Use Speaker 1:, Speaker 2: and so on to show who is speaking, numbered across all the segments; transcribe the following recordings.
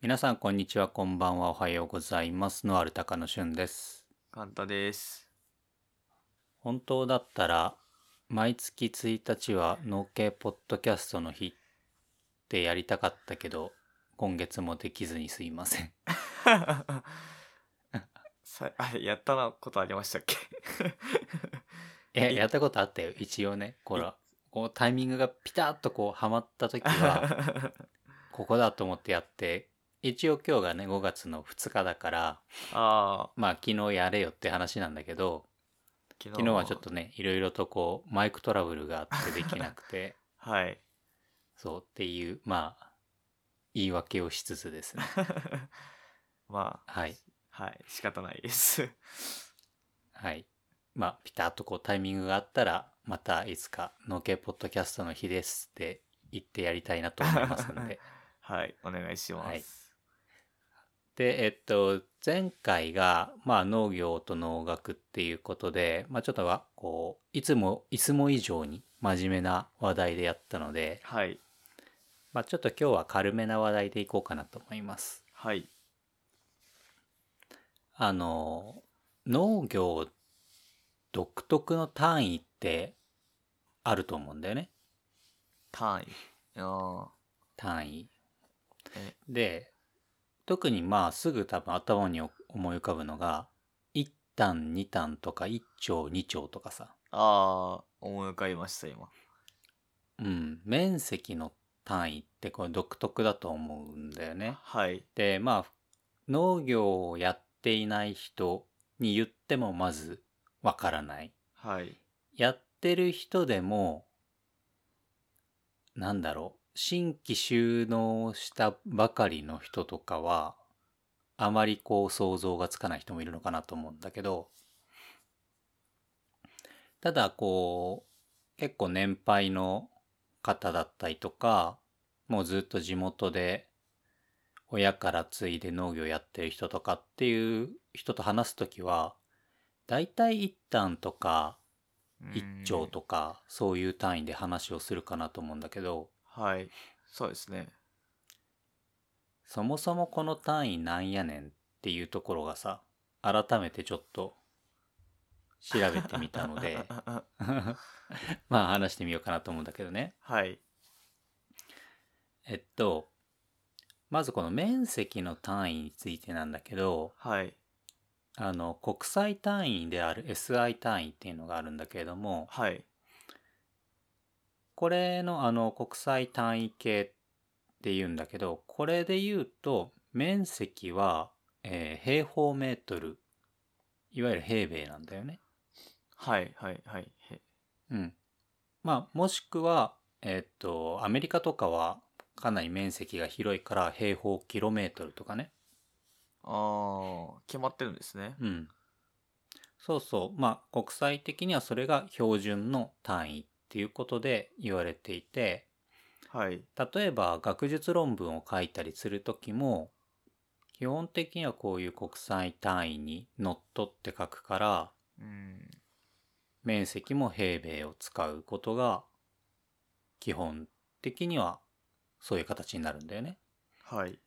Speaker 1: 皆さん、こんにちは、こんばんは、おはようございます。ノアルタカのしゅんです。
Speaker 2: カンタ です。
Speaker 1: 本当だったら、毎月1日は農系ポッドキャストの日ってやりたかったけど、今月もできずにすいません。
Speaker 2: さあれやったなことありましたっけ
Speaker 1: え、
Speaker 2: い
Speaker 1: やったことあったよ、一応ね。ほら、こうタイミングがピタッとこう、はまった時 は、ここだと思ってやって、一応今日がね、5月の2日だから、
Speaker 2: ああ
Speaker 1: まあ昨日やれよって話なんだけど、
Speaker 2: 昨
Speaker 1: 昨日はちょっとねいろいろとこうマイクトラブルがあってできなくて
Speaker 2: はい
Speaker 1: そうっていうまあ言い訳をしつつですね
Speaker 2: まあ
Speaker 1: はい
Speaker 2: はい仕方ないです
Speaker 1: はいまあピタッとこうタイミングがあったらまたいつか「農系ポッドキャストの日です」って言ってやりたいなと思いますので
Speaker 2: はいお願いします、
Speaker 1: はいでえっと前回がまあ農業と農学っていうことでまあちょっとはこういつもいつも以上に真面目な話題でやったので
Speaker 2: はい
Speaker 1: まあちょっと今日は軽めな話題でいこうかなと思います
Speaker 2: はい
Speaker 1: あの農業独特の単位ってあると思うんだよね
Speaker 2: 単位あ
Speaker 1: 単位
Speaker 2: え。
Speaker 1: で特にまあすぐ多分頭に思い浮かぶのが1単2単とか1丁2丁とかさ、
Speaker 2: ーあー思い浮かびました今
Speaker 1: うん、面積の単位ってこれ独特だと思うんだよね。
Speaker 2: はい
Speaker 1: でまあ農業をやっていない人に言ってもまずわからない。
Speaker 2: はい
Speaker 1: やってる人でも、なんだろう、新規収納したばかりの人とかは、あまりこう想像がつかない人もいるのかなと思うんだけど、ただこう、結構年配の方だったりとか、もうずっと地元で親から継いで農業やってる人とかっていう人と話すときは、だいたい一旦とか1兆とかそういう単位で話をするかなと思うんだけど
Speaker 2: かはいそうですね
Speaker 1: そもそもこの単位なんやねんっていうところがさ改めてちょっと調べてみたのでまあ話してみようかなと思うんだけどね
Speaker 2: はい
Speaker 1: えっとまずこの面積の単位についてなんだけど
Speaker 2: はい
Speaker 1: あの国際単位である SI 単位っていうのがあるんだけれども
Speaker 2: はい
Speaker 1: これのあの国際単位系って言うんだけどこれで言うと面積は、えー平方メートルいわゆる平米なんだよね。
Speaker 2: はいはいはいへ
Speaker 1: うん、まあもしくはえーっとアメリカとかはかなり面積が広いから平方キロメートルとかね。
Speaker 2: ああ決まってるんですね
Speaker 1: うん、そうそうまあ国際的にはそれが標準の単位っていうことで言われていて。
Speaker 2: はい
Speaker 1: 例えば学術論文を書いたりする時も基本的にはこういう国際単位にのっとって書くから
Speaker 2: うん
Speaker 1: 面積も平米を使うことが基本的にはそういう形になるんだよね。
Speaker 2: はい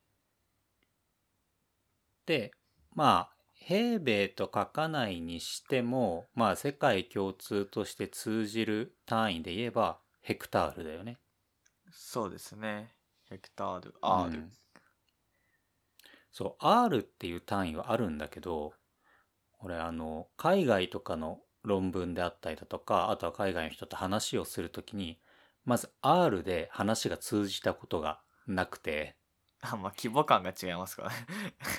Speaker 1: でまあ平米と書かないにしてもまあ世界共通として通じる単位で言えばヘクタールだよね。
Speaker 2: そうですね。ヘクタール、R。
Speaker 1: うんそう R っていう単位はあるんだけどこれあの海外とかの論文であったりだとかあとは海外の人と話をするときにまず R で話が通じたことがなくて
Speaker 2: あ、まあ、規模感が違いますか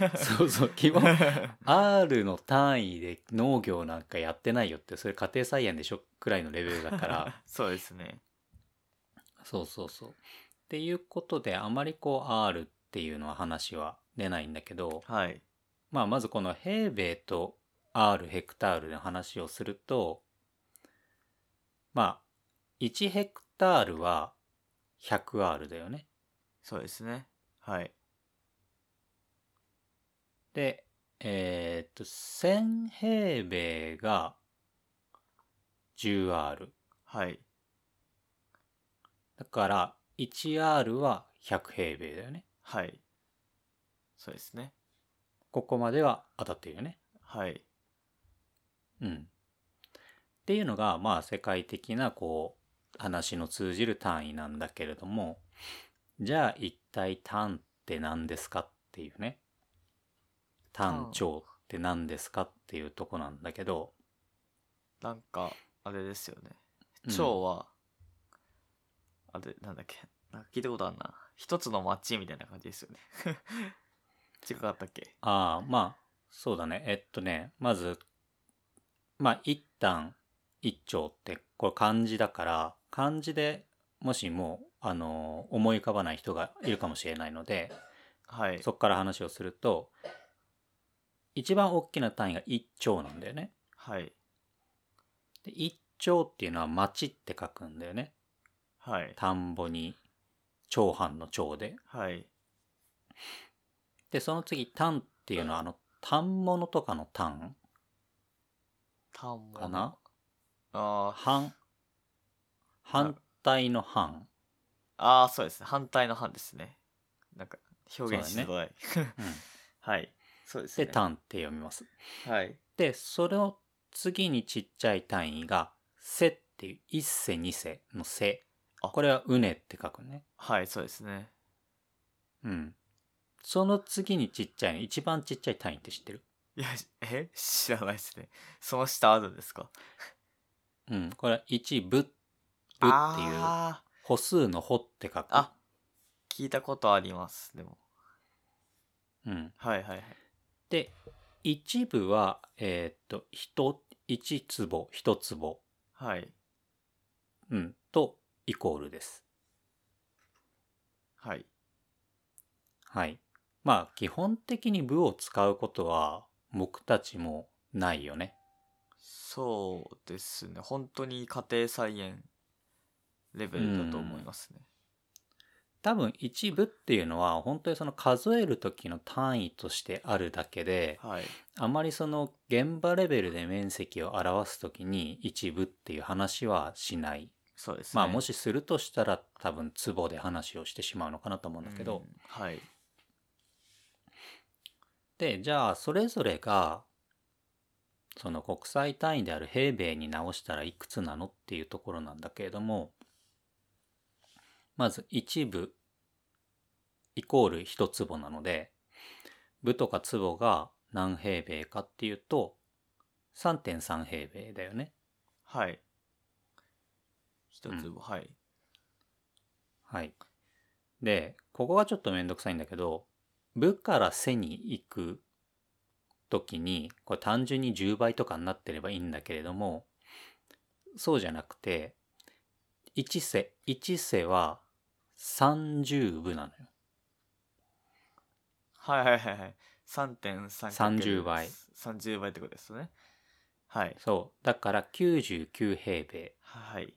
Speaker 2: らね。
Speaker 1: そうそう基
Speaker 2: 規模
Speaker 1: 本 R の単位で農業なんかやってないよってそれ家庭菜園でしょくらいのレベルだから
Speaker 2: そうですね。
Speaker 1: そうそうそう。っていうことであまりこう R っていうのは話は出ないんだけど
Speaker 2: はい。
Speaker 1: まあ、まずこの平米と R ヘクタールの話をすると、まあ、1ヘクタールは 100R だよね。
Speaker 2: そうですね。はい。
Speaker 1: で、えーっと、1000平米が 10R。
Speaker 2: はい。
Speaker 1: だから、1R は100平米だよね。
Speaker 2: はい。そうですね。
Speaker 1: ここまでは当たってるよね。
Speaker 2: はい。
Speaker 1: うん。っていうのが、まあ世界的なこう、話の通じる単位なんだけれども、じゃあ一体単って何ですかっていうね。単調って何ですかっていうとこなんだけど、
Speaker 2: なんか、あれですよね。
Speaker 1: うん
Speaker 2: 蝶は、あれ、なんだっけ。なんか聞いたことあるな。一つの町みたいな感じ ですよね。違かったっけ
Speaker 1: ああ、まあ、そうだね。えっとね、まず、まあ一旦一丁って、これ漢字だから、漢字でもしもう、あの、思い浮かばない人がいるかもしれないので、
Speaker 2: はい。
Speaker 1: そこから話をすると一番大きな単位が一丁なんだよね。
Speaker 2: はい。
Speaker 1: で一丁っていうのは町って書くんだよね。
Speaker 2: はい。
Speaker 1: 田んぼに長藩の長で。
Speaker 2: はい。
Speaker 1: でその次単っていうのはあの単物とかの単
Speaker 2: 田んぼの。
Speaker 1: かな
Speaker 2: あー
Speaker 1: 反反対の反。
Speaker 2: あー、そうですね。反対の反ですね。なんか、表現しづらい。
Speaker 1: うん
Speaker 2: はい。そうですね。
Speaker 1: で単って読みます。
Speaker 2: はい。
Speaker 1: でそれの次にちっちゃい単位が世っていう一世二世の世。
Speaker 2: あ
Speaker 1: これはうねって書くね。
Speaker 2: はい、そうですね。
Speaker 1: うん。その次にちっちゃいの、一番ちっちゃい単位って知ってる
Speaker 2: いや、え知らないですね。その下あるんですか
Speaker 1: うん。これは1部、部っていう、
Speaker 2: あ
Speaker 1: 歩数の歩って書く。
Speaker 2: あー聞いたことあります。でも。
Speaker 1: うん。
Speaker 2: はいはいはい。
Speaker 1: で、一部は、えーっと、一、一坪、一坪、
Speaker 2: はい。
Speaker 1: うん、と、イコールです。
Speaker 2: はい。
Speaker 1: はい。まあ、基本的に部を使うことは、僕たちもないよね。
Speaker 2: そうですね。本当に家庭菜園レベルだと思いますね。
Speaker 1: 多分、一部っていうのは、本当にその数える時の単位としてあるだけで、
Speaker 2: はい。
Speaker 1: あまりその現場レベルで面積を表すときに一部っていう話はしない。
Speaker 2: そうです
Speaker 1: ま
Speaker 2: ね。
Speaker 1: あもしするとしたら多分壺で話をしてしまうのかなと思うんだけど。
Speaker 2: うんはい。
Speaker 1: で、じゃあそれぞれがその国際単位である平米に直したらいくつなのっていうところなんだけれども、まず一部イコール一坪なので、部とか坪が何平米かっていうと3.3平米だよね。
Speaker 2: はい。一
Speaker 1: うん
Speaker 2: つ、はい。
Speaker 1: はい。で、ここがちょっとめんどくさいんだけど、部から背に行くときに、これ単純に10倍とかになってればいいんだけれども、そうじゃなくて、1世、1世は30部なのよ。
Speaker 2: はいはいはいはい。3.3。
Speaker 1: 30倍。
Speaker 2: 30倍ってことですよね。はい。
Speaker 1: そう。だから99平米。
Speaker 2: はい。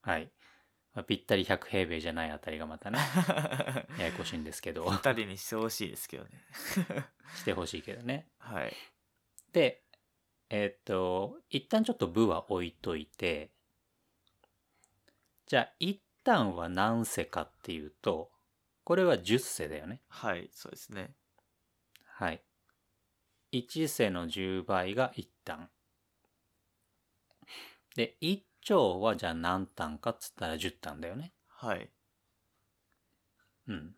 Speaker 1: はい。まあぴったり100平米じゃないあたりがまたね、 ややこしいんですけど、
Speaker 2: 二人にしてほしいですけどね。
Speaker 1: してほしいけどね。
Speaker 2: はい。
Speaker 1: で、えーっと、一旦ちょっと部は置いといて、じゃあ一旦は何世かっていうと、これは10世だよね。
Speaker 2: はい、そうですね。
Speaker 1: はい。1世の10倍が一旦。で、一丁はじゃあ何単かっつったら10単だよね。
Speaker 2: はい。
Speaker 1: うん。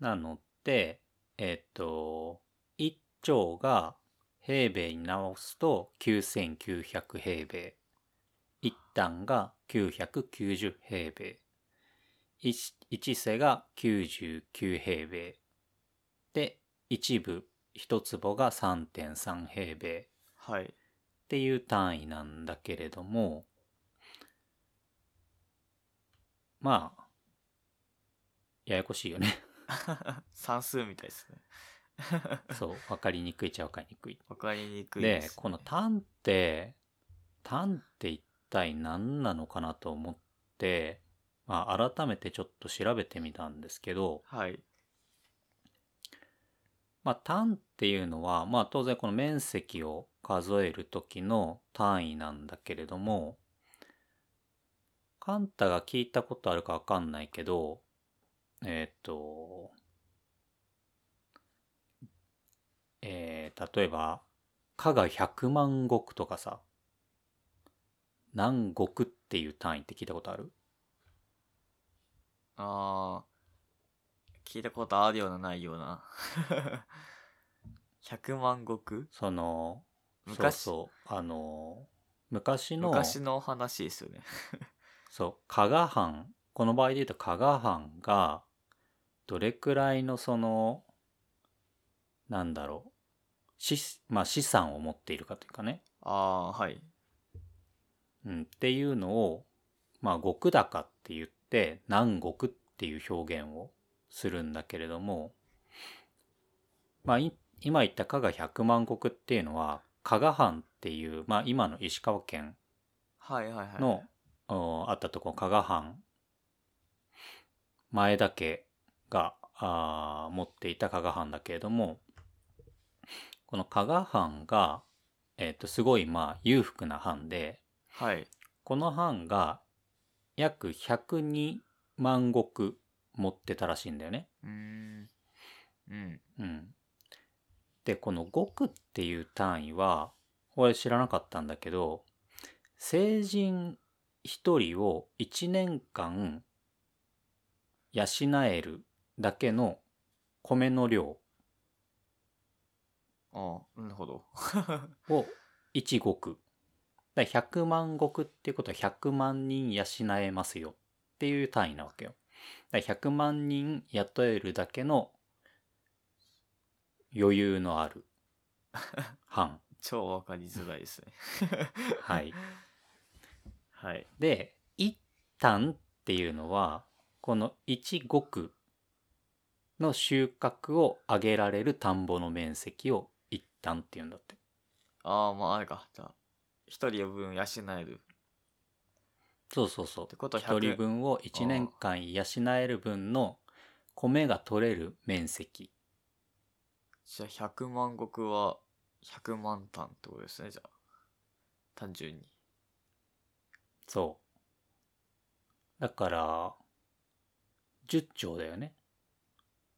Speaker 1: なので、えっと、1兆が平米に直すと9900平米。1単が990平米。1, 一世が99平米。で、一部、一坪が3.3平米。
Speaker 2: はい。
Speaker 1: っていう単位なんだけれどもまあややこしいよね
Speaker 2: 算数みたいですね。
Speaker 1: そう分かりにくいっちゃ分かりにくい。
Speaker 2: わかりにくい
Speaker 1: で
Speaker 2: ですね
Speaker 1: この単って単って一体何なのかなと思って、まあ、改めてちょっと調べてみたんですけど、
Speaker 2: はい。
Speaker 1: まあ、単っていうのは、まあ、当然この面積を数える時の単位なんだけれどもカンタが聞いたことあるかわかんないけどえっ、とえー例えば、加が100万石とかさ、何石っていう単位って聞いたことある
Speaker 2: あー聞いたことあるようなないような 100万石
Speaker 1: その、
Speaker 2: 昔
Speaker 1: そうそう、あの、昔の、
Speaker 2: 昔の話ですよね
Speaker 1: そう、加賀藩、この場合で言うと加賀藩が、どれくらいのその、なんだろう、資まあ、資産を持っているかというかね、
Speaker 2: ああーはい
Speaker 1: うん、っていうのを、まあ、極高って言って、南国っていう表現をするんだけれども、まあ、い今言った加賀百万石っていうのは、加賀藩っていう、まあ、今の石川県
Speaker 2: はいはいはい
Speaker 1: の、おあったとこ加賀藩前田家があー持っていた加賀藩だけれどもこの加賀藩が、えっとすごいまあ裕福な藩で
Speaker 2: はい
Speaker 1: この藩が約102万石持ってたらしいんだよね。
Speaker 2: うーんうん
Speaker 1: うん、でこの石っていう単位は俺知らなかったんだけど成人1人を1年間養えるだけの米の量
Speaker 2: ああなるほど
Speaker 1: を1石だから100万石っていうことは100万人養えますよっていう単位なわけよだから100万人雇えるだけの余裕のある 藩
Speaker 2: 超わかりづらいですね
Speaker 1: はい。
Speaker 2: はい
Speaker 1: で、一旦っていうのは、この一石の収穫を上げられる田んぼの面積を一旦っていうんだって。
Speaker 2: ああまああれかじゃあ一人分養える
Speaker 1: そうそうそう。
Speaker 2: ってことは
Speaker 1: 一
Speaker 2: 100
Speaker 1: 人分を1年間養える分の米が取れる面積。
Speaker 2: じゃあ100万石は100万単ってことですねじゃあ単純に
Speaker 1: そう。だから、10兆だよね。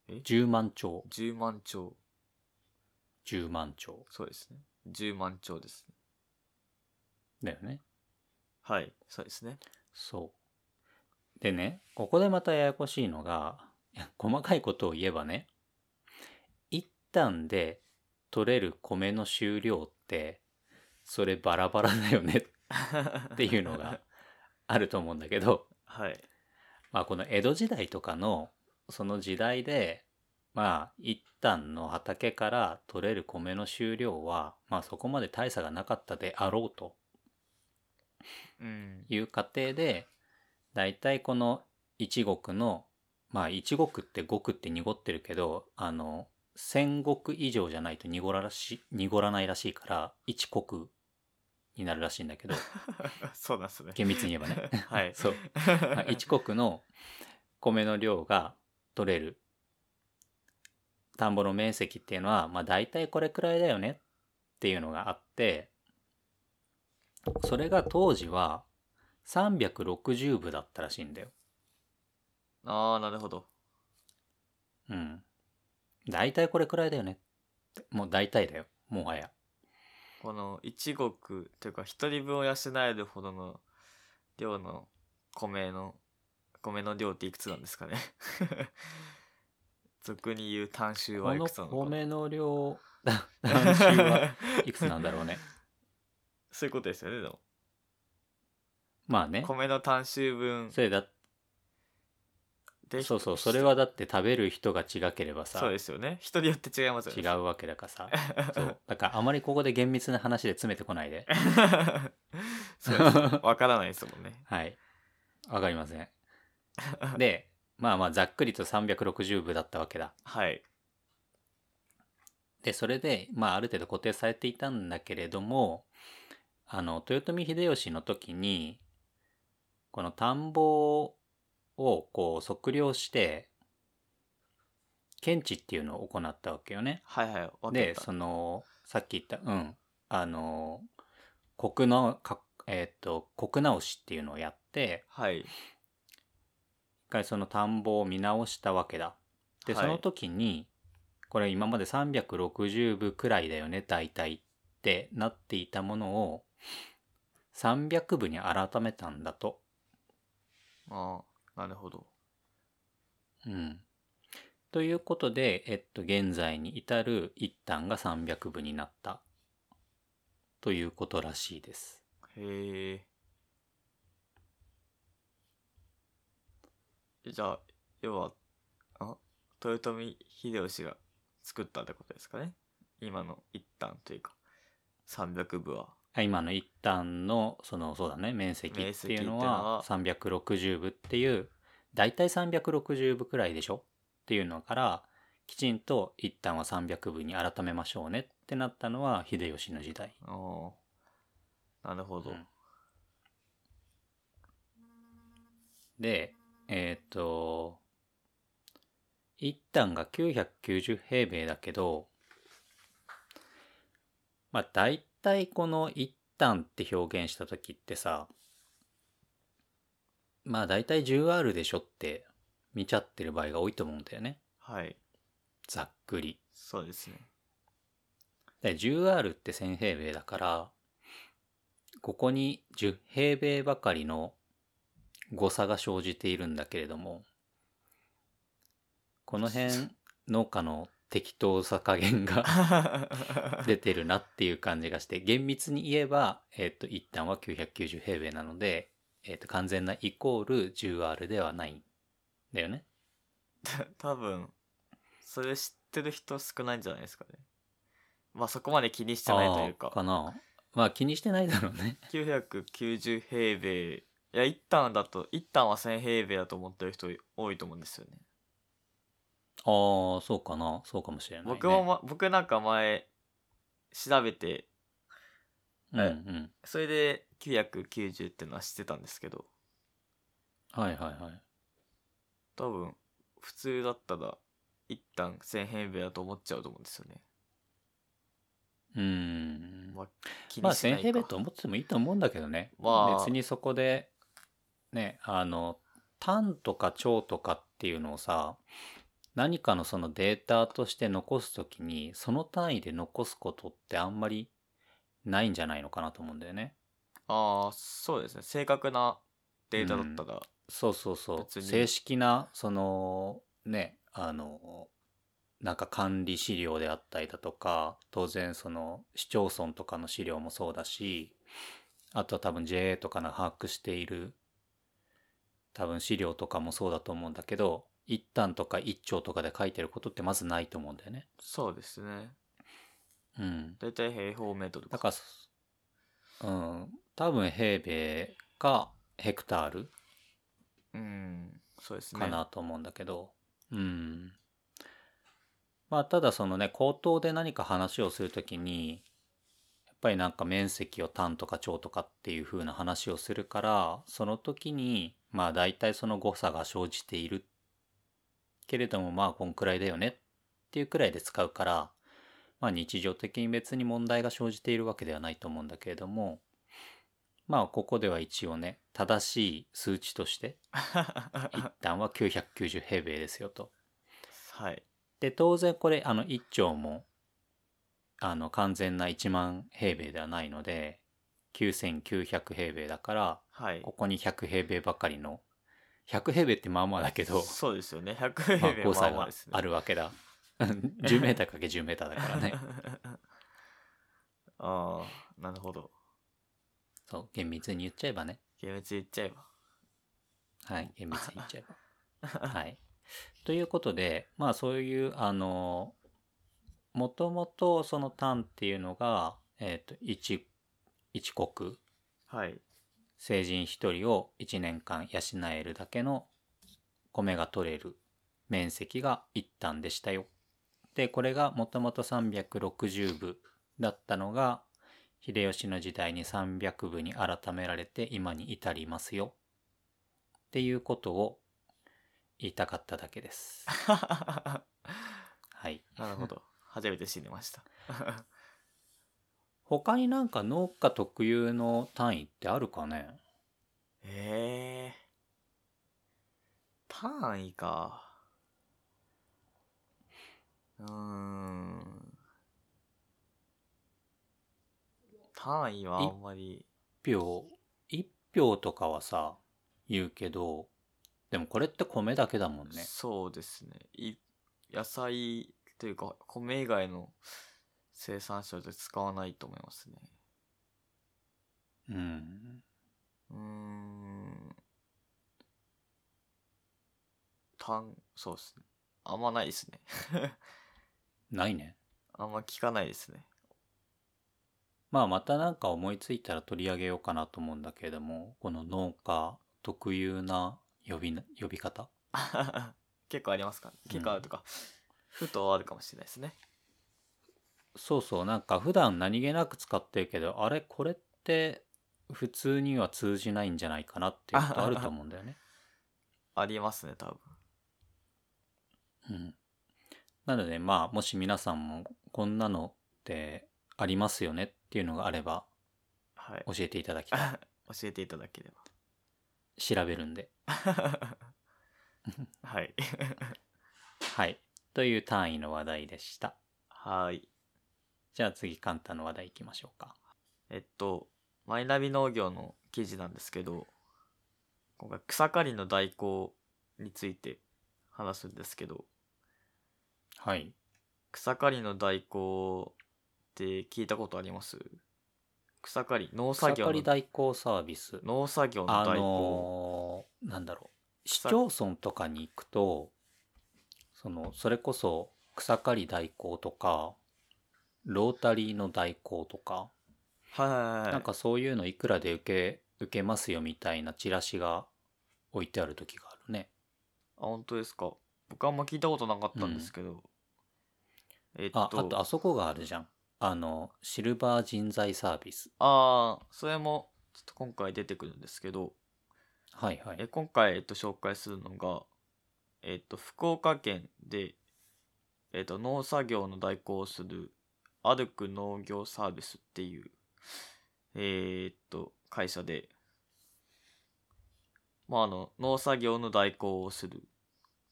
Speaker 2: え
Speaker 1: 10万兆。
Speaker 2: 10万兆
Speaker 1: 10万兆。
Speaker 2: そうですね10万兆ですね
Speaker 1: だよね。
Speaker 2: はいそうですね
Speaker 1: そう。でね、ここでまたややこしいのが、いや細かいことを言えばね、一旦で取れる米の収量って、それバラバラだよね っ
Speaker 2: って
Speaker 1: いうのがあると思うんだけど、
Speaker 2: はい
Speaker 1: まあこの江戸時代とかのその時代で、まあ一旦の畑から取れる米の収量は、まあそこまで大差がなかったであろうと
Speaker 2: うん
Speaker 1: いう過程で大体この一石のまあ一石って石って濁ってるけどあの千石以上じゃないと濁ららし濁らないらしいから一石になるらしいんだけど
Speaker 2: そうなんですね
Speaker 1: 厳密に言えばね
Speaker 2: はい
Speaker 1: そうま あ一石の米の量が取れる田んぼの面積っていうのは、まあ、大体これくらいだよねっていうのがあってそれが当時は360部だったらしいんだよ。
Speaker 2: ああなるほど
Speaker 1: うん。大体これくらいだよねって。もう大体だよ。もはや。
Speaker 2: この一石というか一人分を養えるほどの量の米の米の量っていくつなんですかね 俗に言う単収
Speaker 1: こ
Speaker 2: はい
Speaker 1: の
Speaker 2: くつなのかな
Speaker 1: 米の 量、単収はいくつなんだろうね。
Speaker 2: そういうことですよねでも
Speaker 1: まあね。
Speaker 2: 米の単収分
Speaker 1: それだ、
Speaker 2: で
Speaker 1: そうそう、それはだって食べる人が違ければさ
Speaker 2: そう、ですよね人によって違いますよ
Speaker 1: 違
Speaker 2: ね
Speaker 1: うわけだからさ。そう。だからあまりここで厳密な話で詰めてこないで。
Speaker 2: そうですわからないですもんね
Speaker 1: はい。わかりません。で、まあまあざっくりと360部だったわけだ。
Speaker 2: はい
Speaker 1: でそれで、まあ、ある程度固定されていたんだけれどもあの豊臣秀吉の時にこの田んぼをこう測量して検知っていうのを行ったわけよね。
Speaker 2: はいはいわかっ
Speaker 1: で
Speaker 2: た
Speaker 1: そのさっき言ったうんあの国のかえっと国直しっていうのをやって
Speaker 2: はい
Speaker 1: 一回その田んぼを見直したわけだ。で、
Speaker 2: はい
Speaker 1: その時にこれ今まで360部くらいだよね大体ってなっていたものを300部に改めたんだと。
Speaker 2: ああ、なるほど。
Speaker 1: うん。ということで、えっと、現在に至る一端が300部になったということらしいです。
Speaker 2: へえ。じゃあ、要は、あ豊臣秀吉が作ったってことですかね今の一端というか、300部は。
Speaker 1: あ今の一端の、その、そうだね、面積
Speaker 2: 面
Speaker 1: って
Speaker 2: 積
Speaker 1: いうの
Speaker 2: っ
Speaker 1: は360部っていう、だいたい360部くらいでしょっていうのから、きちんと一端は300部に改めましょうねってなったのは秀吉の時代。
Speaker 2: ああ、なるほど。
Speaker 1: うんで、えっ、と、一旦が990平米だけど、まあ大体この一旦って表現した時ってさ、まあ大体 10R でしょって見ちゃってる場合が多いと思うんだよね。
Speaker 2: はい、
Speaker 1: ざっくり。
Speaker 2: そうで すね。
Speaker 1: で 10R って1000平米だから、ここに10平米ばかりの誤差が生じているんだけれども、この辺、農家の適当さ加減 が出てるなっていう感じがして、厳密に言えば、えっ、と、一旦は990平米なので、えっ、と、完全なイコール 10R ではないんだよね。
Speaker 2: 多分それ知ってる人少ないんじゃないですかねまあそこまで気にしてないとい
Speaker 1: あ
Speaker 2: う
Speaker 1: ー
Speaker 2: か
Speaker 1: かな。まあ気にしてないだろうね。
Speaker 2: 990平米いや一旦だと一旦は1000平米だと思ってる人多いと思うんですよね
Speaker 1: ああ、そうかな。そうかもしれない、ね。
Speaker 2: 僕も、ま、僕なんか前調べて
Speaker 1: うんうん。
Speaker 2: それで990ってのは知ってたんですけど
Speaker 1: はいはいはい。
Speaker 2: 多分普通だったら一旦1000平米だと思っちゃうと思うんですよね、
Speaker 1: うーん。
Speaker 2: まあ、気
Speaker 1: まあ、
Speaker 2: にしない
Speaker 1: 1000
Speaker 2: か
Speaker 1: 平米と思ってもいいと思うんだけどね。
Speaker 2: まあ
Speaker 1: 別にそこで、ね、あの、単とか長とかっていうのをさ、何かのそのデータとして残すときに、その単位で残すことってあんまりないんじゃないのかなと思うんだよね。
Speaker 2: ああそうですね正確なデータだったら、
Speaker 1: そうそうそう。
Speaker 2: 別に
Speaker 1: 正式な、その、ね、あの、なんか管理資料であったりだとか、当然その市町村とかの資料もそうだし、あとは多分 JA とかの把握している、多分資料とかもそうだと思うんだけど、一旦とか一丁とかで書いてることってまずないと思うんだよね。
Speaker 2: そうですね
Speaker 1: うん。
Speaker 2: 大体平方メートル
Speaker 1: だからそ、うん、多分平米かヘクタール
Speaker 2: うんそうですね
Speaker 1: か なと思うんだけど、うんまあただそのね口頭で何か話をするときにやっぱりなんか面積を単とか長とかっていう風な話をするからその時にまあ大体その誤差が生じているけれどもまあこんくらいだよねっていうくらいで使うからまあ日常的に別に問題が生じているわけではないと思うんだけれどもまあここでは一応ね正しい数値として一旦は990平米ですよと。
Speaker 2: はい
Speaker 1: で、当然これ、あの、一丁も、あの、完全な1万平米ではないので、9900平米だから、
Speaker 2: はい
Speaker 1: ここに100平米ばかりの、100平米ってまあまあだけど、
Speaker 2: そうですよね100
Speaker 1: まあ
Speaker 2: 平米
Speaker 1: 誤
Speaker 2: はま
Speaker 1: 差
Speaker 2: あまあ
Speaker 1: が
Speaker 2: ですね
Speaker 1: あるわけだ。10メーターかけ10メーターだからね。
Speaker 2: ああなるほど
Speaker 1: そう、厳密に言っちゃえばね。
Speaker 2: 厳密に言っちゃえば
Speaker 1: はい、厳密に言っちゃえば。はい。ということで、まあそういう、あの、もともとその単っていうのが、えっ、と、一、一国、
Speaker 2: はい
Speaker 1: 成人一人を一年間養えるだけの米が取れる面積が一単でしたよ。で、これがもともと360部だったのが、秀吉の時代に300部に改められて今に至りますよ。っていうことを言いたかっただけです。はい。
Speaker 2: なるほど初めて知りました
Speaker 1: 他になんか農家特有の単位ってあるかね
Speaker 2: ええ単位かうーん単位はあんまり、
Speaker 1: 一票、一票とかはさ、言うけど、でもこれって米だけだもんね。
Speaker 2: そうですねい野菜というか米以外の生産者で使わないと思いますね
Speaker 1: うん。
Speaker 2: うーん単そうですねあんまないですね
Speaker 1: ないね。
Speaker 2: あんま聞かないですね
Speaker 1: まあまたなんか思いついたら取り上げようかなと思うんだけれども、この農家特有な呼びな、呼び方
Speaker 2: 結構ありますか、ね、結構あるとか、ふとあるかもしれないですね
Speaker 1: そうそう、なんか普段何気なく使ってるけど、あれこれって普通には通じないんじゃないかなっていうことあると思うんだよね。
Speaker 2: ありますね多分
Speaker 1: うん。なのでまあ、もし皆さんもこんなのってありますよねっていうのがあれば
Speaker 2: はい
Speaker 1: 教えていただきたい。
Speaker 2: 教えていただければ
Speaker 1: 調べる んで。
Speaker 2: はい
Speaker 1: はい。という単位の話題でした。
Speaker 2: はい
Speaker 1: じゃあ次、カンタの話題いきましょうか。
Speaker 2: えっと、マイナビ農業の記事なんですけど、今回草刈りの代行について話すんですけど、
Speaker 1: はい。
Speaker 2: 草刈りの代行って聞いたことあります草刈り、農
Speaker 1: 草
Speaker 2: 作業
Speaker 1: 刈
Speaker 2: の
Speaker 1: り、代行サービス。
Speaker 2: 農作業の
Speaker 1: あ
Speaker 2: 代行。
Speaker 1: のーなんだろう市
Speaker 2: 草
Speaker 1: 町村とかに行くとそのそれこそ草刈り代行とかロータリーの代行とか、
Speaker 2: はいはいはい。
Speaker 1: なんかそういうのいくらで受け受けますよみたいなチラシが置いてある時があるね
Speaker 2: あ、本当ですか。僕あんま聞いたことなかったんですけど。えっと、
Speaker 1: ああとあそこがあるじゃんあのシルバー人材サービス
Speaker 2: あーそれもちょっと今回出てくるんですけど、
Speaker 1: はいはい
Speaker 2: え今回、えっと、紹介するのが、えっと、福岡県で、えっと、農作業の代行をする歩く農業サービスっていう、えーっと会社で、まあ、あの農作業の代行をする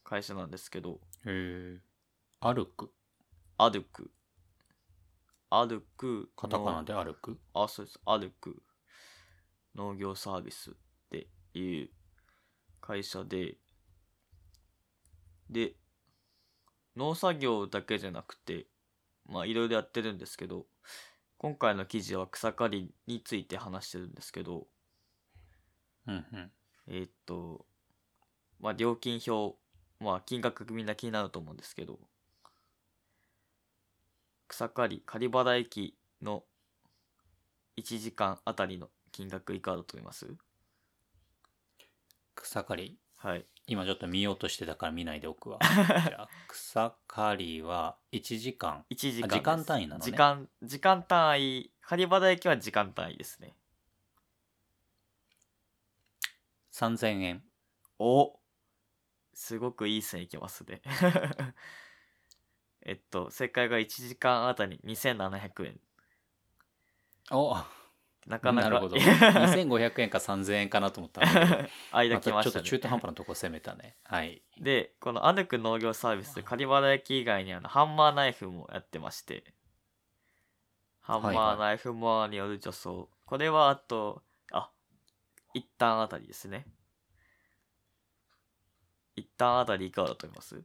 Speaker 2: 会社なんですけど
Speaker 1: へえ歩く
Speaker 2: 歩く歩く
Speaker 1: カタカナ
Speaker 2: の
Speaker 1: で歩く
Speaker 2: あ、そうです。歩く農業サービスっていう会社で、で、農作業だけじゃなくて、まあいろいろやってるんですけど、今回の記事は草刈りについて話してるんですけど、
Speaker 1: うんうん
Speaker 2: えーっと、まあ料金表、まあ金額みんな気になると思うんですけど、草刈り、刈り払い機の1時間あたりの金額いかがだと思います
Speaker 1: 草刈り
Speaker 2: はい。
Speaker 1: 今ちょっと見ようとしてたから見ないでおく わ。じゃあ草刈りは1時間。
Speaker 2: 1時
Speaker 1: あ
Speaker 2: 間です。
Speaker 1: 時間単位なのね
Speaker 2: 時間、時間単位、刈り払い機は時間単位ですね。
Speaker 1: 3000円。
Speaker 2: おすごくいい線いきますね。 えっと、正解が1時間あたり2700円。
Speaker 1: お
Speaker 2: なかな
Speaker 1: なる
Speaker 2: か。
Speaker 1: ほど。2500円か3000円かなと思ったんだけど
Speaker 2: 間
Speaker 1: ま
Speaker 2: 来
Speaker 1: た
Speaker 2: ま
Speaker 1: ちょ
Speaker 2: し
Speaker 1: ったと
Speaker 2: ね。
Speaker 1: 中途半端なとこ攻めたね。はい。
Speaker 2: でこの歩く農業サービスで狩り払い機以外にあのハンマーナイフもやってましてハン
Speaker 1: はいは
Speaker 2: マ
Speaker 1: い
Speaker 2: ーナイフモアによる助走、これはあとあ一旦あたりですね一旦あたりいかがだと思います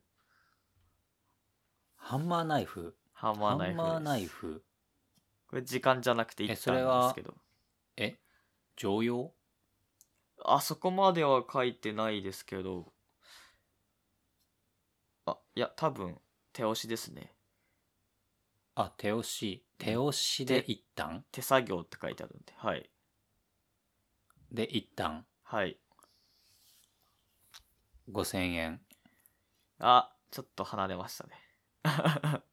Speaker 1: ハンマーナイフ。
Speaker 2: ハンマ
Speaker 1: ハ
Speaker 2: ーナイ
Speaker 1: ン
Speaker 2: フ
Speaker 1: マーナイ
Speaker 2: です
Speaker 1: フ。
Speaker 2: これ時間じゃなくて一
Speaker 1: えそ
Speaker 2: 旦
Speaker 1: れ
Speaker 2: なんで
Speaker 1: は
Speaker 2: すけど
Speaker 1: え常用
Speaker 2: あそこまでは書いてないですけどあいや多分手押しですね
Speaker 1: あ、手押し。手押しで一旦
Speaker 2: 手作業って書いてあるんではい
Speaker 1: で一旦
Speaker 2: はい
Speaker 1: 5000円。
Speaker 2: あ、ちょっと離れましたね。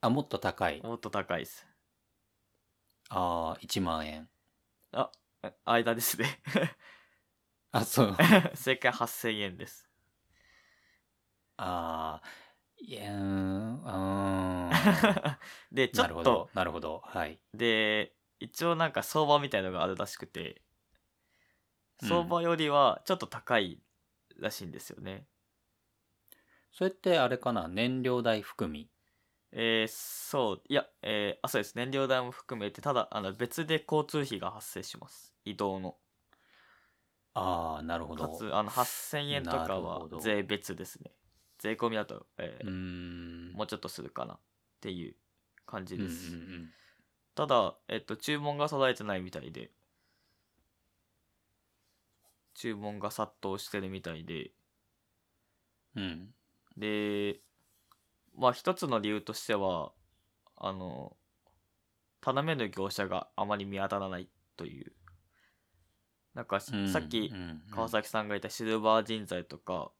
Speaker 1: あ、もっと高い。
Speaker 2: もっと高いです。
Speaker 1: あー1万円。
Speaker 2: あ間ですね。
Speaker 1: あ、そう。
Speaker 2: 正解8000円です。
Speaker 1: ああ、いやー、うーん。
Speaker 2: で、 ちょ
Speaker 1: な
Speaker 2: っ
Speaker 1: るほ
Speaker 2: と
Speaker 1: ど、、なるほど。はい。
Speaker 2: で、一応なんか相場みたいのがあるらしくて、
Speaker 1: うん
Speaker 2: 相場よりはちょっと高いらしいんですよね。
Speaker 1: それってあれかな、燃料代含み。
Speaker 2: えーそう、いや、えーあ、そうです。燃料代も含めて、ただ、あの、別で交通費が発生します。移動の。
Speaker 1: ああ、なるほど。
Speaker 2: かつ、あの、8000円とか
Speaker 1: なる
Speaker 2: は
Speaker 1: ほど
Speaker 2: 税別ですね。税込みだと、えー
Speaker 1: うーん。
Speaker 2: もうちょっとするかなっていう感じ
Speaker 1: うんう
Speaker 2: で
Speaker 1: ん
Speaker 2: す。
Speaker 1: うん
Speaker 2: ただ、えっと、注文が定えてないみたいで、注文が殺到してるみたいで、
Speaker 1: うん。
Speaker 2: で、まあ一つの理由としては、あの、頼める業者があまり見当たらないという。なんかし、
Speaker 1: うん
Speaker 2: さっき
Speaker 1: うんうん
Speaker 2: 川崎さんが言ったシルバー人材とか、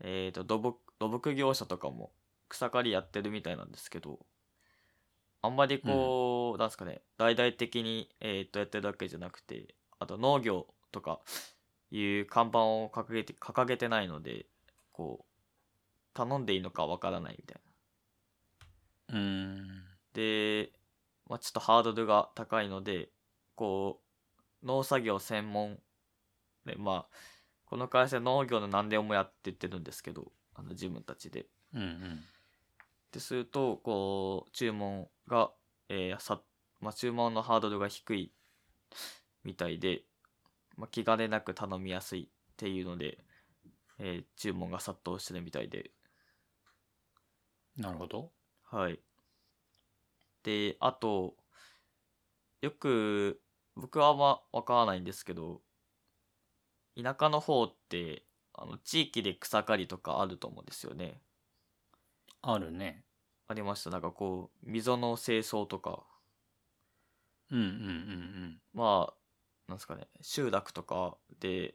Speaker 2: えっ、と土木、土木業者とかも草刈りやってるみたいなんですけど、あんまりこう、なんですかね、大々的に、えっとやってるだけじゃなくて、あと農業とかいう看板を掲げて、掲げてないので、こう、頼んでいいのかわからないみたいな。
Speaker 1: うーん。
Speaker 2: で、まあ、ちょっとハードルが高いので、こう、農作業専門で、まあ、この会社農業の何でもやってってるんですけど、あの自分たちで。
Speaker 1: うんうん。
Speaker 2: ってすると、こう、注文が、えーさ、まあ、注文のハードルが低いみたいで、まあ、気兼ねなく頼みやすいっていうので、えー注文が殺到してるみたいで、
Speaker 1: なるほど。
Speaker 2: はい。で、あと、よく、僕はあんまわからないんですけど、田舎の方って、あの、地域で草刈りとかあると思うんですよね。
Speaker 1: あるね。
Speaker 2: ありました。なんかこう、溝の清掃とか、
Speaker 1: うんうんうん
Speaker 2: まあ、なんですかね、集落とかで、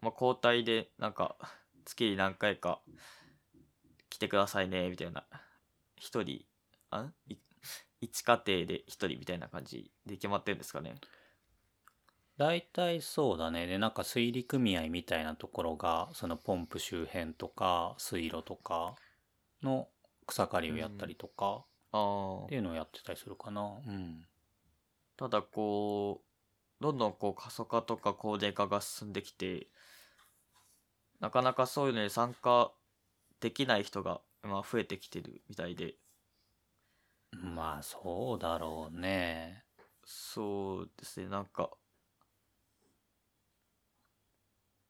Speaker 2: まあ、交代で、なんか、月に何回か来てくださいね、みたいな。一人、あい一家庭で一人みたいな感じで決まってるんですかね。
Speaker 1: 大体そうだね。で、なんか水利組合みたいなところが、そのポンプ周辺とか、水路とかの草刈りをやったりとか、
Speaker 2: あ
Speaker 1: って
Speaker 2: あ。
Speaker 1: いうのをやってたりするかな。うん。
Speaker 2: ただこう、どんどんこう、過疎化とか高齢化が進んできて、なかなかそういうのに参加できない人が、まあ、増えてきてるみたいで、
Speaker 1: まあ、そうだろうね。
Speaker 2: そうですね、なんか、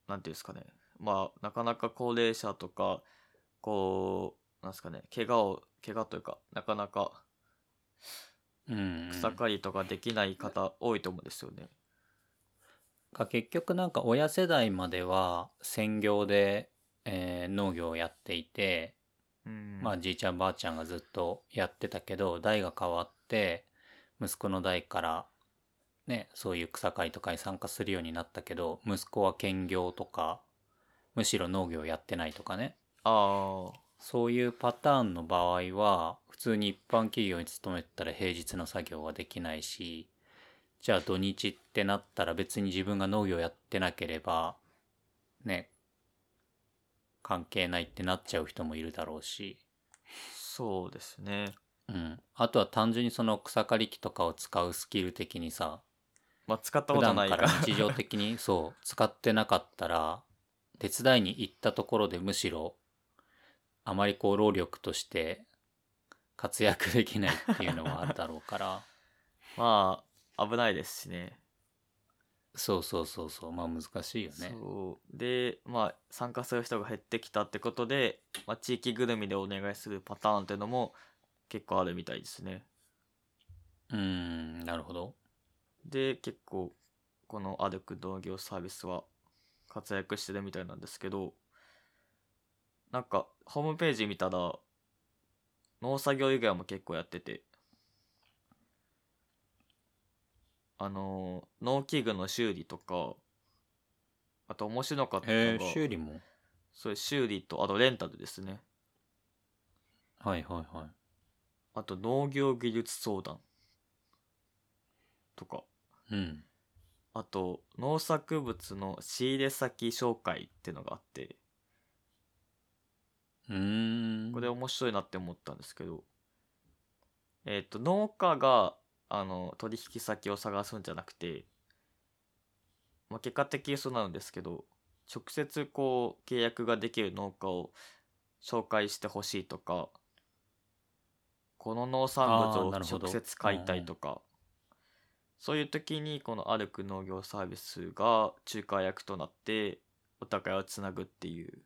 Speaker 2: なんていうんですかね。まあ、なかなか高齢者とか、こう、なんですかね、怪我を、怪我というか、なかなか
Speaker 1: うん、うん。
Speaker 2: 草刈りとかできない方多いと思うんですよね。
Speaker 1: が結局なんか親世代までは専業で、えー農業をやっていて、
Speaker 2: うん。
Speaker 1: まあじいちゃんばあちゃんがずっとやってたけど代が変わって息子の代からねそういう草刈りとかに参加するようになったけど息子は兼業とかむしろ農業やってないとかね
Speaker 2: ああ、
Speaker 1: そういうパターンの場合は普通に一般企業に勤めてたら平日の作業はできないしじゃあ土日ってなったら別に自分が農業やってなければね関係ないってなっちゃう人もいるだろうし、
Speaker 2: そうですね。
Speaker 1: うん、あとは単純にその草刈り機とかを使うスキル的にさ
Speaker 2: まあ、使った
Speaker 1: 普
Speaker 2: こと
Speaker 1: 段
Speaker 2: ない
Speaker 1: か
Speaker 2: から
Speaker 1: ら。日常的に そう使ってなかったら手伝いに行ったところでむしろあまりこう労力として活躍できないっていうのはあるだろうから
Speaker 2: まあ、危ないですしね。
Speaker 1: そうそうそうそうまあ難しいよね
Speaker 2: そうでまあ参加する人が減ってきたってことで、まあ、地域ぐるみでお願いするパターンっていうのも結構あるみたいですね
Speaker 1: うーんなるほど
Speaker 2: で結構この歩く同業サービスは活躍してるみたいなんですけどなんかホームページ見たら農作業以外も結構やっててあのー農機具の修理とかあと面白かったのが、
Speaker 1: えー、修理も
Speaker 2: そういう修理と、あとレンタルですね。
Speaker 1: はいはいはい
Speaker 2: あと農業技術相談とか。
Speaker 1: うん
Speaker 2: あと農作物の仕入れ先紹介っていうのがあって、
Speaker 1: うーん
Speaker 2: これ面白いなって思ったんですけど、えっ、と、農家が、あの、取引先を探すんじゃなくて、まあ、結果的にそうなるんですけど、直接こう、契約ができる農家を紹介してほしいとか、この農産物
Speaker 1: あー
Speaker 2: を
Speaker 1: なるほど
Speaker 2: 直接買いたいとかそういう時にこの歩く農業サービスが仲介役となってお互いをつなぐっていう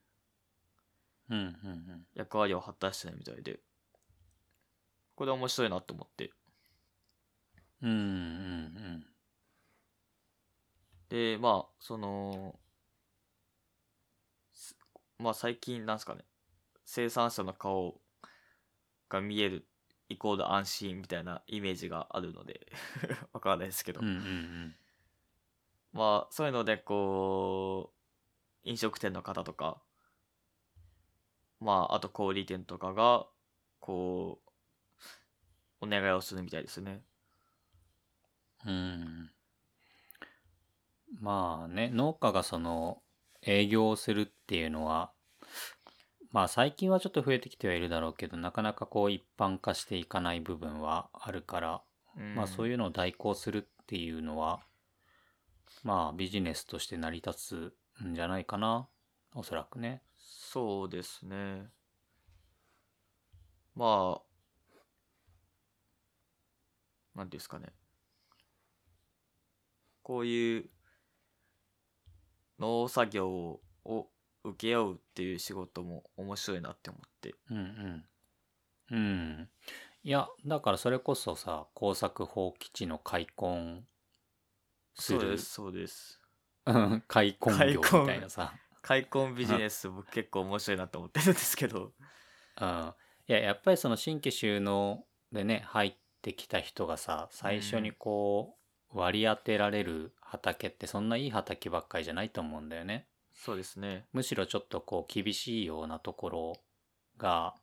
Speaker 1: うんうん
Speaker 2: 役割を果たしてるみたいでこれ面白いなと思って
Speaker 1: うん。うんうん
Speaker 2: でまあそのすまあ最近なんすかね生産者の顔が見えるイコール安心みたいなイメージがあるので わからないですけど、
Speaker 1: うん。うんうん
Speaker 2: まあそういうのでこう飲食店の方とかまああと小売店とかがこうお願いをするみたいですね
Speaker 1: うん。うん。まあね、農家がその営業をするっていうのは、まあ最近はちょっと増えてきてはいるだろうけど、なかなかこう一般化していかない部分はあるから、まあそう
Speaker 2: い
Speaker 1: いうのを代行するっていうのは、まあビジネスとして成り立つんじゃないかな、おそらくね。
Speaker 2: そうですね。まあ、なんていうんですかね。こういう農作業をを請け負うっていう仕事も面白いなって思って。
Speaker 1: うんうん。うん。いや、だからそれこそさ、工作放棄地の開墾す
Speaker 2: そうで
Speaker 1: る、
Speaker 2: す、そうです。
Speaker 1: うん 開墾業
Speaker 2: 開墾
Speaker 1: みたいなさ。
Speaker 2: 開墾ビジネス僕結構面白いなと思ってるんですけど。
Speaker 1: うん。いや、やっぱりその新規収納でね、入ってきた人がさ、最初にこう、割り当てられる畑ってそんないい畑ばっかりじゃないと思うんだよね。
Speaker 2: そうですね。
Speaker 1: むしろちょっとこう厳しいようなところが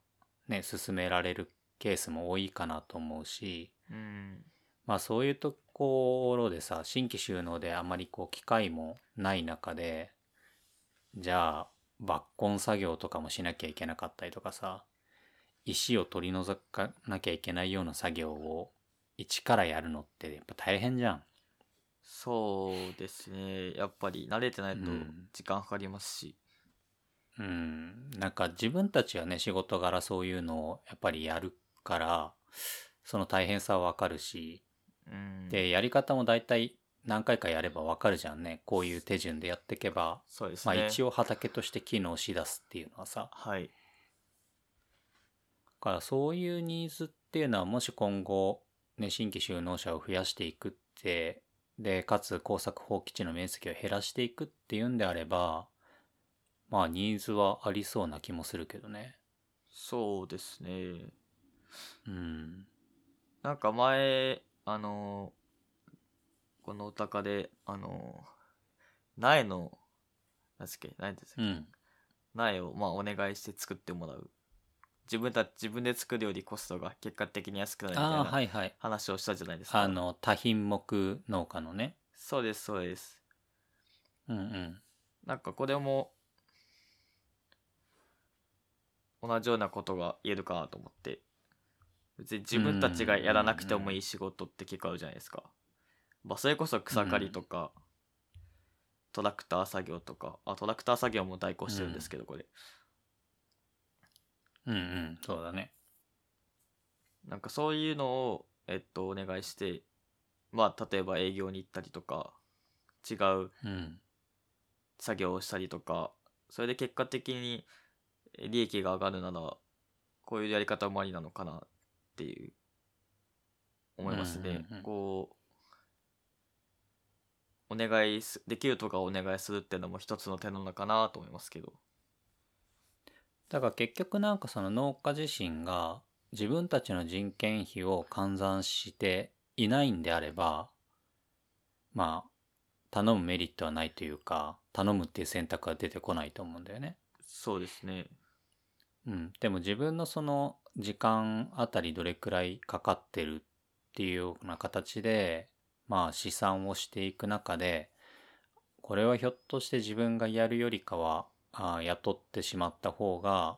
Speaker 1: ね進められるケースも多いかなと思うし
Speaker 2: うん。
Speaker 1: まあそういうところでさ新規収納であまりこう機会もない中でじゃあ抜根作業とかもしなきゃいけなかったりとかさ石を取り除かなきゃいけないような作業を一からやるのってやっぱ大変じゃん。
Speaker 2: そうですね。やっぱり慣れてないと
Speaker 1: うん
Speaker 2: 時間かかりますし。
Speaker 1: うん、なんか自分たちはね仕事柄そういうのをやっぱりやるからその大変さはわかるし
Speaker 2: うん。
Speaker 1: でやり方も大体何回かやればわかるじゃんねこういう手順でやっていけば、
Speaker 2: そうです
Speaker 1: まあ、
Speaker 2: ね。
Speaker 1: 一応畑として機能しだすっていうのはさだ
Speaker 2: はい。
Speaker 1: からそういうニーズっていうのはもし今後、ね、新規就農者を増やしていくってでかつ耕作放棄地の面積を減らしていくっていうんであればまあニーズはありそうな気もするけどね。
Speaker 2: そうですね。
Speaker 1: うん
Speaker 2: なんか前、あのー、このお高で、あのー、苗の、なんすっけ、何ですっけ、
Speaker 1: うん。
Speaker 2: 苗を、まあ、お願いして作ってもらう。自分たち、自分で作るよりコストが結果的に安くなるみたい
Speaker 1: ああ、は
Speaker 2: ない
Speaker 1: はい。
Speaker 2: 話をしたじゃないですか。
Speaker 1: あの、多品目農家のね。
Speaker 2: そうです、そうです。
Speaker 1: うんうん。
Speaker 2: なんかこれも、同じようなことが言えるかなと思って。別に自分たちがやらなくてもいい仕事って結構あるじゃないですか。まあ、それこそ草刈りとか、トラクター作業とか、あ、トラクター作業も代行してるんですけど、これ。
Speaker 1: うんうん。そうだね。
Speaker 2: なんかそういうのを、えっと、お願いして、まあ、例えば営業に行ったりとか、違う
Speaker 1: うん。
Speaker 2: 作業をしたりとかそれで結果的にえ利益が上がるならこういうやり方もありなのかなっていう思いますね。
Speaker 1: うんうんうん
Speaker 2: こうお願いすできるとかお願いするっていうのも一つの手なのかなと思いますけど。
Speaker 1: だから結局なんかその農家自身が自分たちの人件費を換算していないんであれば、まあ、頼むメリットはないというか、頼むっていう選択は出てこないと思うんだよね。
Speaker 2: そうですね。
Speaker 1: うん、でも自分のその時間あたりどれくらいかかってるっていうような形で、まあ試算をしていく中で、これはひょっとして自分がやるよりかは、あー雇ってしまった方が、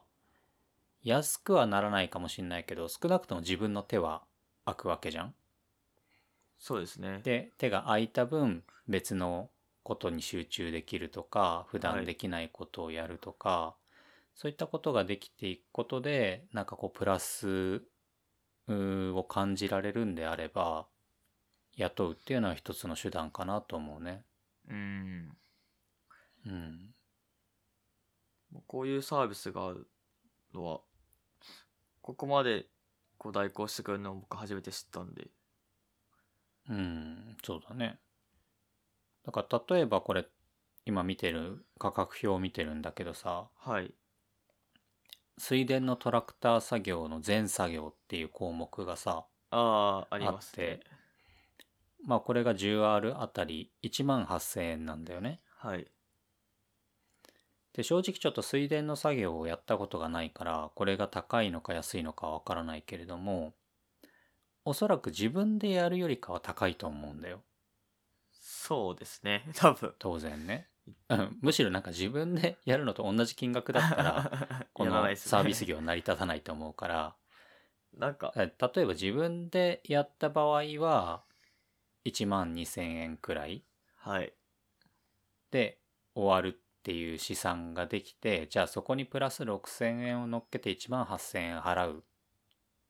Speaker 1: 安くはならないかもしれないけど、少なくとも自分の手は空くわけじゃん。
Speaker 2: そうですね。
Speaker 1: で手が空いた分別のことに集中できるとか普段できないことをやるとか、そういったことができていくことでなんかこうプラスうーを感じられるんであれば、雇うっていうのは一つの手段かなと思うね。
Speaker 2: うん
Speaker 1: うん。
Speaker 2: こういうサービスがあるのはここまでこう代行してくれるのを僕初めて知ったんで
Speaker 1: うん、そうだね。だから例えばこれ、今見てる価格表を見てるんだけどさ、
Speaker 2: はい
Speaker 1: 水田のトラクター作業の全作業っていう項目がさ、
Speaker 2: あああります
Speaker 1: あっ
Speaker 2: ね
Speaker 1: てまあこれが 10R あたり1万8000円なんだよね。
Speaker 2: はい
Speaker 1: で、正直ちょっと水田の作業をやったことがないから、これが高いのか安いのかはわからないけれども、おそらく自分でやるよりかは高いと思うんだよ。
Speaker 2: そうですね多分
Speaker 1: 当然ね。うんむしろなんか自分でやるのと同じ金額だったら、こ
Speaker 2: やらない
Speaker 1: の
Speaker 2: ですね
Speaker 1: サービス業は成り立たないと思うから、
Speaker 2: なんか
Speaker 1: 例えば自分でやった場合は、1万2000円くらい
Speaker 2: はい
Speaker 1: で終わるっていう試算ができて、じゃあそこにプラス6000円を乗っけて1万8000円払う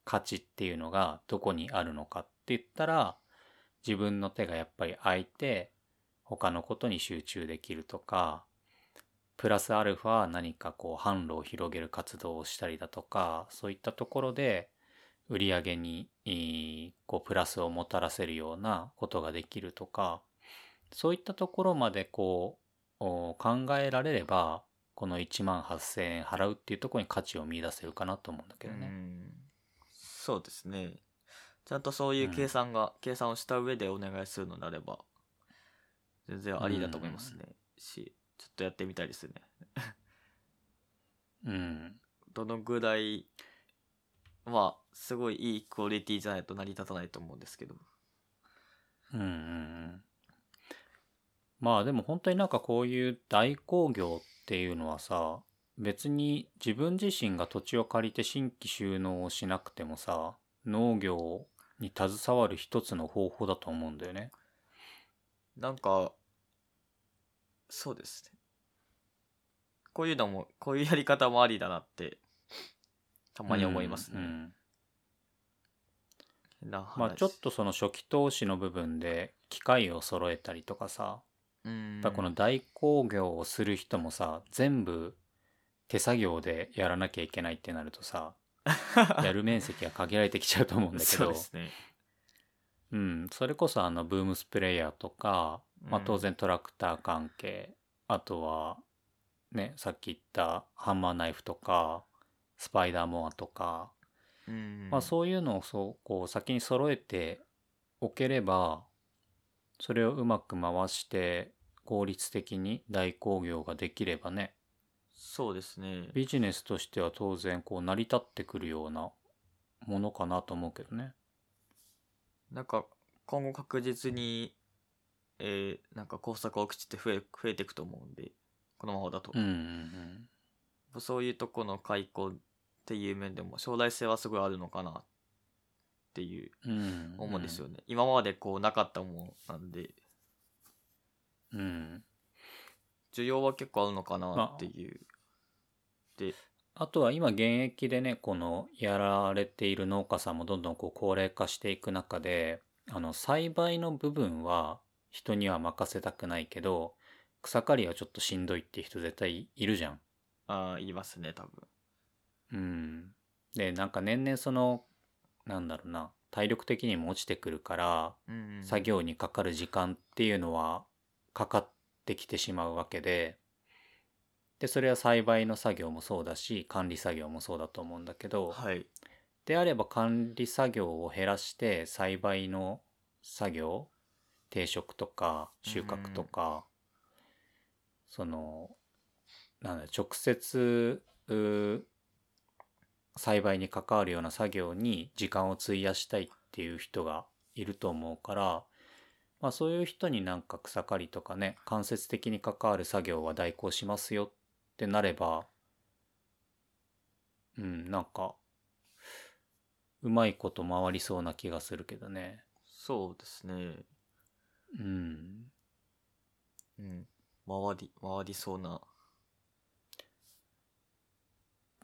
Speaker 1: 価値っていうのがどこにあるのかって言ったら、自分の手がやっぱり空いて、他のことに集中できるとか、プラスアルファ何かこう販路を広げる活動をしたりだとか、そういったところで売り上げにいいこうプラスをもたらせるようなことができるとか、そういったところまでこうお考えられれば、この1万8000円払うっていうところに価値を見出せるかなと思うんだけど
Speaker 2: う
Speaker 1: ね。
Speaker 2: んそうですねちゃんとそういう計算が、計算をした上でお願いするのであれば全然ありだと思いますね、しちょっとやってみたいですね
Speaker 1: うん。
Speaker 2: どのぐらいまあすごいいいクオリティじゃないと成り立たないと思うんですけど
Speaker 1: うんうんうんまあでも本当になんかこういう代行業っていうのはさ別に自分自身が土地を借りて新規収納をしなくてもさ農業に携わる一つの方法だと思うんだよね。
Speaker 2: なんかそうですねこういうのもこういうやり方もありだなってたまに思いますね、
Speaker 1: うんうん
Speaker 2: 変な話
Speaker 1: まあちょっとその初期投資の部分で機械を揃えたりとかさ
Speaker 2: うん
Speaker 1: やっぱ この代行業をする人もさ全部手作業でやらなきゃいけないってなるとさやる面積が限られてきちゃうと思うんだけ
Speaker 2: そう
Speaker 1: ど
Speaker 2: ですね
Speaker 1: うん、それこそあのブームスプレーヤーとか、まあ、
Speaker 2: うん
Speaker 1: 当然トラクター関係、あとはねさっき言ったハンマーナイフとかスパイダーモアとか、
Speaker 2: うん
Speaker 1: まあ、そういうのをそうこう先に揃えておければそれをうまく回して効率的に代行業ができればね
Speaker 2: そうですね
Speaker 1: ビジネスとしては当然こう成り立ってくるようなものかなと思うけどね。
Speaker 2: なんか今後確実にえー、なんか工作を口って増え増えていくと思うんでこのままだと、
Speaker 1: うんうんうん
Speaker 2: そういうとこの開口っていう面でも将来性はすごいあるのかなっていう
Speaker 1: うんうん
Speaker 2: 思うんですよね、今までこうなかったものなんで
Speaker 1: うん
Speaker 2: 需要は結構あるのかなっていう、
Speaker 1: あとは今現役でね、このやられている農家さんもどんどんこう高齢化していく中で、あの栽培の部分は人には任せたくないけど、草刈りはちょっとしんどいって人絶対いるじゃん。
Speaker 2: ああ言いますね多分
Speaker 1: うん。で、なんか年々その、なんだろうな、体力的にも落ちてくるから、
Speaker 2: うんうん
Speaker 1: 作業にかかる時間っていうのはかかってきてしまうわけで、で、それは栽培の作業もそうだし、管理作業もそうだと思うんだけど、
Speaker 2: はい
Speaker 1: であれば管理作業を減らして栽培の作業定食とか収穫とか、そのなんだ直接うー栽培に関わるような作業に時間を費やしたいっていう人がいると思うから、まあ、そういう人になんか草刈りとかね間接的に関わる作業は代行しますよってなればうんなんかうまいこと回りそうな気がするけどね。
Speaker 2: そうですね
Speaker 1: うん。
Speaker 2: うん回り回りそうな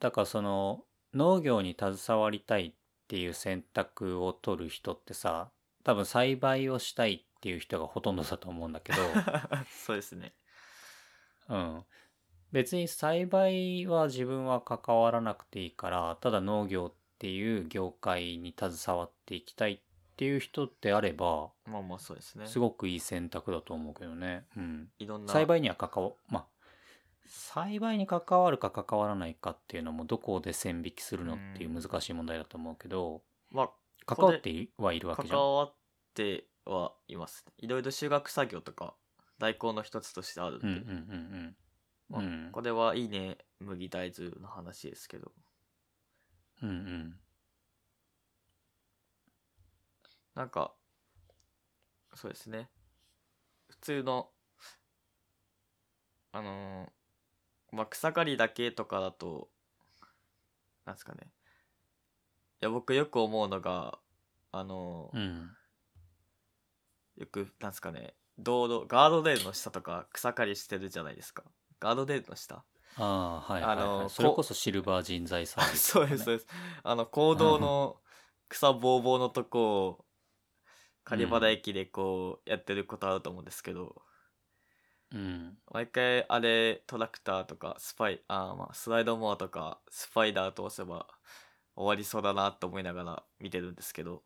Speaker 1: だからその農業に携わりたいっっていう選択を取る人ってさ多分栽培をしたいっていう人がほとんどだと思うんだけど、
Speaker 2: そうですね。
Speaker 1: うん、別に栽培は自分は関わらなくていいからただ農業っていう業界に携わっていきたいっていう人であれば
Speaker 2: まあまあそうですね。
Speaker 1: すごくいい選択だと思うけどね。うん
Speaker 2: いろんな
Speaker 1: 栽培には関わまあ栽培に関わるか関わらないかっていうのもどこで線引きするのっていう難しい問題だと思うけど
Speaker 2: は
Speaker 1: 関わってはいるわけじゃん。
Speaker 2: 関わってはいます。いろいろ修学作業とか代行の一つとしてあるん
Speaker 1: う
Speaker 2: で、
Speaker 1: んうんうん
Speaker 2: まあ
Speaker 1: うん
Speaker 2: これはいいね麦大豆の話ですけど、
Speaker 1: うんうんうん
Speaker 2: なんかそうですね。普通のあのーまあ草刈りだけとかだとなんですかね。いや僕よく思うのがあのー
Speaker 1: うん
Speaker 2: よくなんすかね道路ガードレールの下とか草刈りしてるじゃないですかガードレールの下
Speaker 1: ああはいはい、はい
Speaker 2: あの
Speaker 1: それこそシルバー人材サービスとか
Speaker 2: そう
Speaker 1: ね、
Speaker 2: ですそうですあの公道の草ぼうぼうのとこを刈原駅でこうやってることあると思うんですけど、
Speaker 1: うん
Speaker 2: 毎回あれトラクターとかスパイあーまあスライドモアとかスパイダー通せば終わりそうだなと思いながら見てるんですけど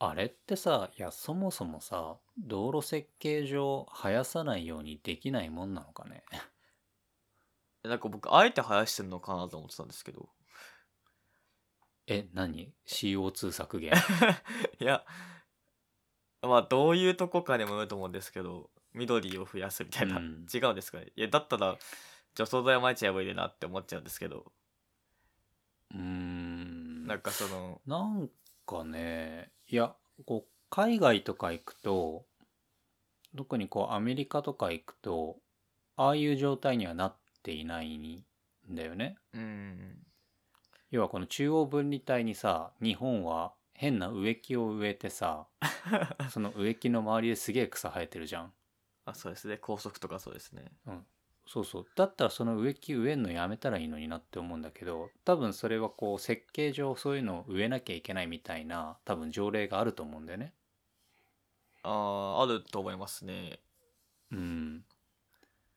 Speaker 1: あれってさいやそもそもさ道路設計上生やさないようにできないもんなのかね
Speaker 2: なんか僕あえて生やしてるのかなと思ってたんですけど
Speaker 1: え何 CO2 削減
Speaker 2: いや、まあ、どういうとこかにもよると思うんですけど、緑を増やすみ たいな、
Speaker 1: うん
Speaker 2: 違うんですかね。いや、だったら、除草剤撒いちゃえばいいなって思っちゃうんですけど、
Speaker 1: うーん
Speaker 2: なんかその、
Speaker 1: なんかねいやこう海外とか行くと特にこうアメリカとか行くとああいう状態にはなっていないんだよね。
Speaker 2: うん、
Speaker 1: 要はこの中央分離帯にさ日本は変な植木を植えてさその植木の周りですげえ草生えてるじゃん。
Speaker 2: あ、そうですね、高速とかそうですね。
Speaker 1: そうそうだったらその植木植えんのやめたらいいのになって思うんだけど多分それはこう設計上そういうのを植えなきゃいけないみたいな多分条例があると思うんだよね。
Speaker 2: ああ、あると思いますね。
Speaker 1: うん。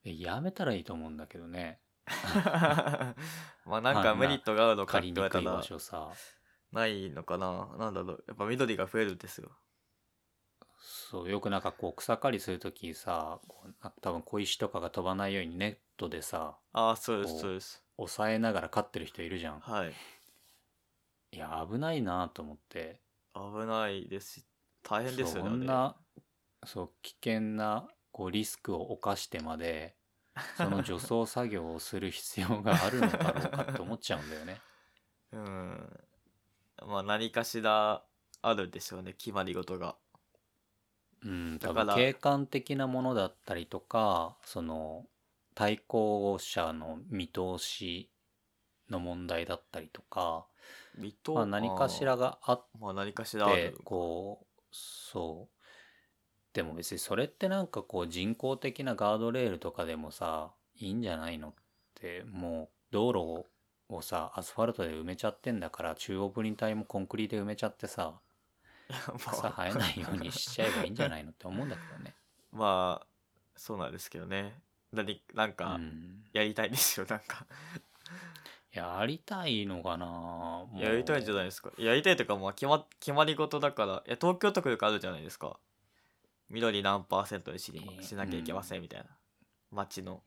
Speaker 1: えやめたらいいと思うんだけどね。
Speaker 2: まあ、なんかメリットがあるのかっ
Speaker 1: 借り
Speaker 2: て言わ
Speaker 1: に
Speaker 2: れた
Speaker 1: くい場
Speaker 2: ら、
Speaker 1: 所さ。
Speaker 2: ないのかな。なんだろう、やっぱ緑が増えるんですよ。
Speaker 1: そう、よくなんかこう草刈りするときさ、こうな多分小石とかが飛ばないようにネットでさ、
Speaker 2: ああ、そうで
Speaker 1: お
Speaker 2: す、そうです。
Speaker 1: 押さえながら飼ってる人いるじゃん。
Speaker 2: はい。
Speaker 1: いや、危ないなと思って。
Speaker 2: 危ないですし、大変です
Speaker 1: そう
Speaker 2: よね。
Speaker 1: こ
Speaker 2: あれ
Speaker 1: んな、そう、危険なこうリスクを冒してまで、その除草作業をする必要があるのだろうかって思っちゃうんだよね。
Speaker 2: うん。まあ何かしらあるでしょうね、決まり事が。
Speaker 1: うん、
Speaker 2: だ
Speaker 1: 多
Speaker 2: から
Speaker 1: 分景観的なものだったりとかその対抗者の見通しの問題だったりとか、
Speaker 2: 水戸
Speaker 1: まあ、何かしら。があっ
Speaker 2: まあ何かし
Speaker 1: で
Speaker 2: らある。
Speaker 1: こうそうでも別にそれってなんかこう人工的なガードレールとかでもさいいんじゃないのってもう道路をさアスファルトで埋めちゃってんだから中央分離帯もコンクリで埋めちゃって さ
Speaker 2: ま
Speaker 1: 草
Speaker 2: あ
Speaker 1: 生えないようにしちゃえばいいんじゃないのって思うんだけど ね。
Speaker 2: まあ、そうなんですけどね。何、なん
Speaker 1: う
Speaker 2: か、
Speaker 1: ん、
Speaker 2: やりたいですよ、なんか。
Speaker 1: やりたいのかなもう
Speaker 2: やりたいんじゃないですか。やりたいとか、まあ決ま、決まり事だから、いや、東京とかよくあるじゃないですか。緑何パーセントにし
Speaker 1: え
Speaker 2: に
Speaker 1: ー
Speaker 2: しなきゃいけません、みたいな。街の。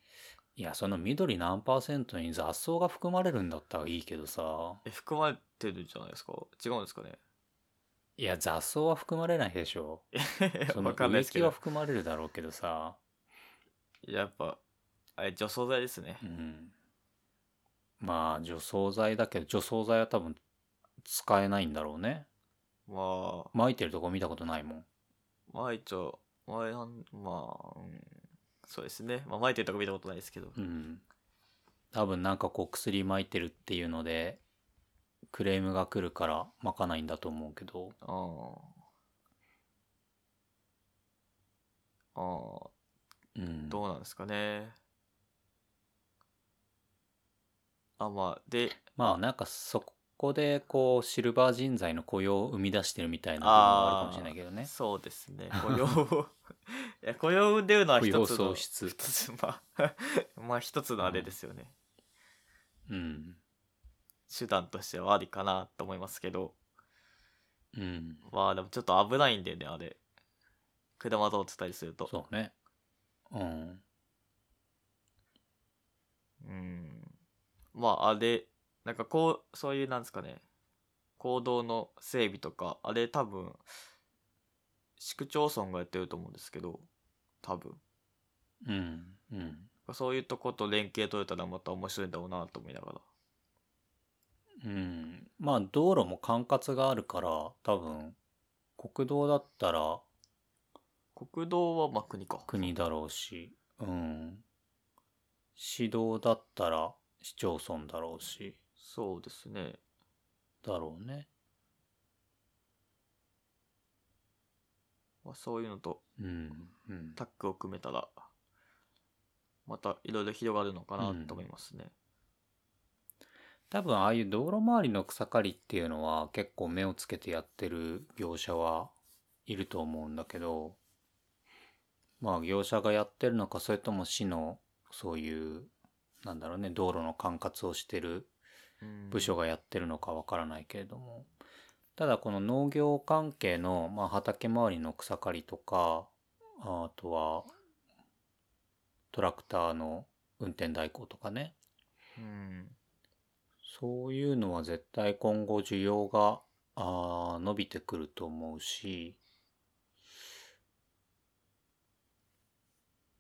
Speaker 1: いやその緑何パーセントに雑草が含まれるんだったらいいけどさ
Speaker 2: え、含まれてるじゃないですか。違うんですかね。
Speaker 1: いや雑草は含まれないでしょ その
Speaker 2: わかんない
Speaker 1: 植
Speaker 2: ですけ
Speaker 1: 木
Speaker 2: ど
Speaker 1: は。含まれるだろうけどさ
Speaker 2: やっぱあれ除草剤ですね
Speaker 1: うんまあ除草剤だけど除草剤は多分使えないんだろうね
Speaker 2: まあ
Speaker 1: 撒いてるとこ見たことないもん
Speaker 2: 毎朝毎なんまあ、うん、そうですねまあ毎てるとか見たことないですけど、
Speaker 1: うん多分なんかこう薬撒いてるっていうのでクレームが来るから撒かないんだと思うけど
Speaker 2: あーあ
Speaker 1: う
Speaker 2: ー
Speaker 1: ん
Speaker 2: どうなんですかねあまあで
Speaker 1: まあなんかそここでこうシルバー人材の雇用を生み出してるみたいな部分があるかもしれないけどね
Speaker 2: そうです ね。雇用をいや雇用を生んでるのは
Speaker 1: 雇
Speaker 2: 一
Speaker 1: 用
Speaker 2: つの
Speaker 1: 創出
Speaker 2: 一つ まあまあ一つのあれですよね。
Speaker 1: うん
Speaker 2: 手段としてはありかなと思いますけど、
Speaker 1: うん
Speaker 2: まあでもちょっと危ないんでねあれ。車通ってたりすると。
Speaker 1: そうねうん
Speaker 2: うん。まああれなんかこうそういうなんですかね行動の整備とかあれ多分市区町村がやってると思うんですけど多分
Speaker 1: うんうん
Speaker 2: そういうとこと連携取れたらまた面白いんだろうなと思いながら。
Speaker 1: うんまあ道路も管轄があるから多分国道だったら
Speaker 2: 国道はまあ国か。
Speaker 1: 国だろうしうん市道だったら市町村だろうし
Speaker 2: そうですね。
Speaker 1: だろうね
Speaker 2: まあ、そういうのと
Speaker 1: うんうん
Speaker 2: タッグを組めたら、またいろいろ広がるのかなと思いますね。
Speaker 1: 多分ああいう道路周りの草刈りっていうのは結構目をつけてやってる業者はいると思うんだけどまあ業者がやってるのかそれとも市のそういうなんだろうね道路の管轄をしてる
Speaker 2: うん
Speaker 1: 部署がやってるのかわからないけれども、ただこの農業関係の、まあ、畑周りの草刈りとかあとはトラクターの運転代行とかね、
Speaker 2: うん。
Speaker 1: そういうのは絶対今後需要があー伸びてくると思うし、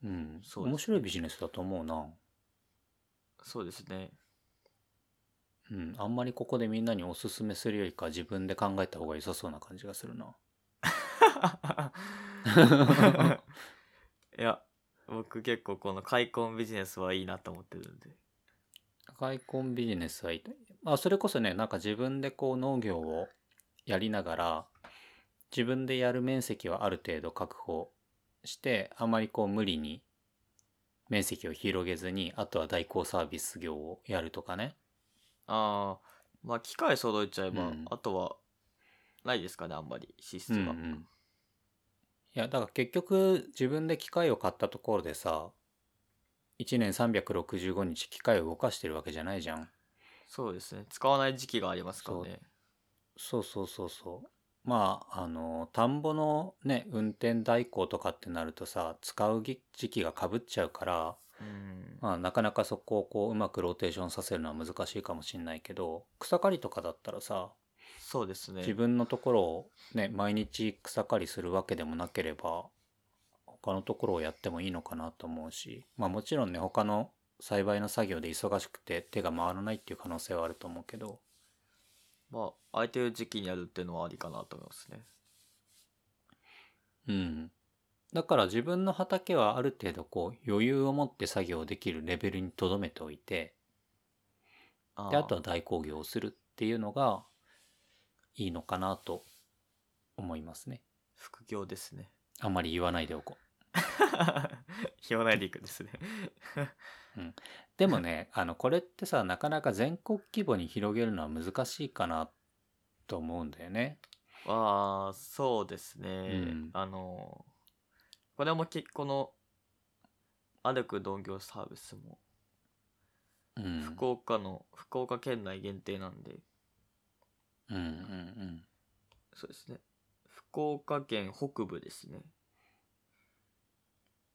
Speaker 1: うん、
Speaker 2: そうですね
Speaker 1: 面白いビジネスだと思うな。
Speaker 2: そうですね。
Speaker 1: うん、あんまりここでみんなにおすすめするよりか自分で考えた方が良さそうな感じがするな。
Speaker 2: いや、僕結構この開墾ビジネスはいいなと思ってるんで。
Speaker 1: 外婚ビジネスはいいとまあ、それこそね、なんか自分でこう農業をやりながら、自分でやる面積はある程度確保して、あまりこう無理に面積を広げずに、あとは代行サービス業をやるとかね。
Speaker 2: ああ、まあ機械揃えちゃえば、
Speaker 1: うん
Speaker 2: あとはないですかね、あんまり支出
Speaker 1: うんう
Speaker 2: が。
Speaker 1: ん。いや、だから結局自分で機械を買ったところでさ、1年365日機械を動かしてるわけじゃないじゃん。
Speaker 2: そうですね。使わない時期がありますからね。
Speaker 1: そうそうそうそう。まあ、あの、田んぼのね、運転代行とかってなるとさ、使うぎ時期がかぶっちゃうから、
Speaker 2: うん。
Speaker 1: まあ、なかなかそこをこう、うまくローテーションさせるのは難しいかもしんないけど、草刈りとかだったらさ、
Speaker 2: そうですね。
Speaker 1: 自分のところをね、毎日草刈りするわけでもなければ、他のところをやってもいいのかなと思うし、まあもちろんね、他の栽培の作業で忙しくて手が回らないっていう可能性はあると思うけど、
Speaker 2: まあ、空いてる時期にやるっていうのはありかなと思いますね。
Speaker 1: うん。だから自分の畑はある程度こう余裕を持って作業できるレベルに留めておいて、
Speaker 2: あ
Speaker 1: で、あとは代行業をするっていうのがいいのかなと思いますね。
Speaker 2: 副業ですね。
Speaker 1: あんまり言わないでおこう。
Speaker 2: 言わないでいくですね。
Speaker 1: でも ね、あの、これってさ、なかなか全国規模に広げるのは難しいかなと思うんだよね。
Speaker 2: ああ、そうですね。
Speaker 1: うん
Speaker 2: あの、これも結構の、歩く農業サービスも、
Speaker 1: うん。
Speaker 2: 福岡の、福岡県内限定なんで、
Speaker 1: うんうんうん。
Speaker 2: そうですね。福岡県北部ですね。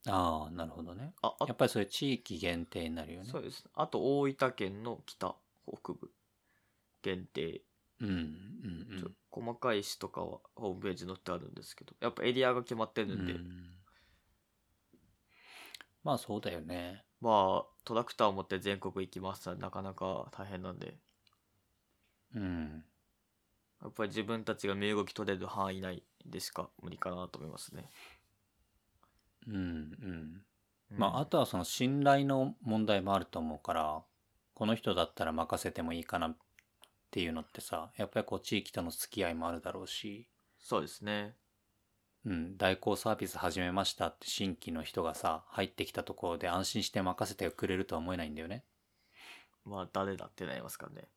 Speaker 1: ああ、なるほどね。
Speaker 2: あ、あ
Speaker 1: やっぱりそれ地域限定になるよね
Speaker 2: そ。うですね。あと大分県の北、北部限定。
Speaker 1: うんうん
Speaker 2: ちょ
Speaker 1: う
Speaker 2: 細かい市とかはホームページに載ってあるんですけど、やっぱエリアが決まってるんで、
Speaker 1: うんまあそうだよね
Speaker 2: まあ、トラクターを持って全国行きますはなかなか大変なんで、
Speaker 1: うん
Speaker 2: やっぱり自分たちが身動き取れる範囲内でしか無理かなと思いますね。
Speaker 1: うんうん
Speaker 2: うん
Speaker 1: まああとはその信頼の問題もあると思うからこの人だったら任せてもいいかなっていうのってさやっぱりこう地域との付き合いもあるだろうし、
Speaker 2: そうですね。
Speaker 1: うん、代行サービス始めましたって新規の人がさ入ってきたところで安心して任せてくれるとは思えないんだよね
Speaker 2: まあ、誰だってなりますからね。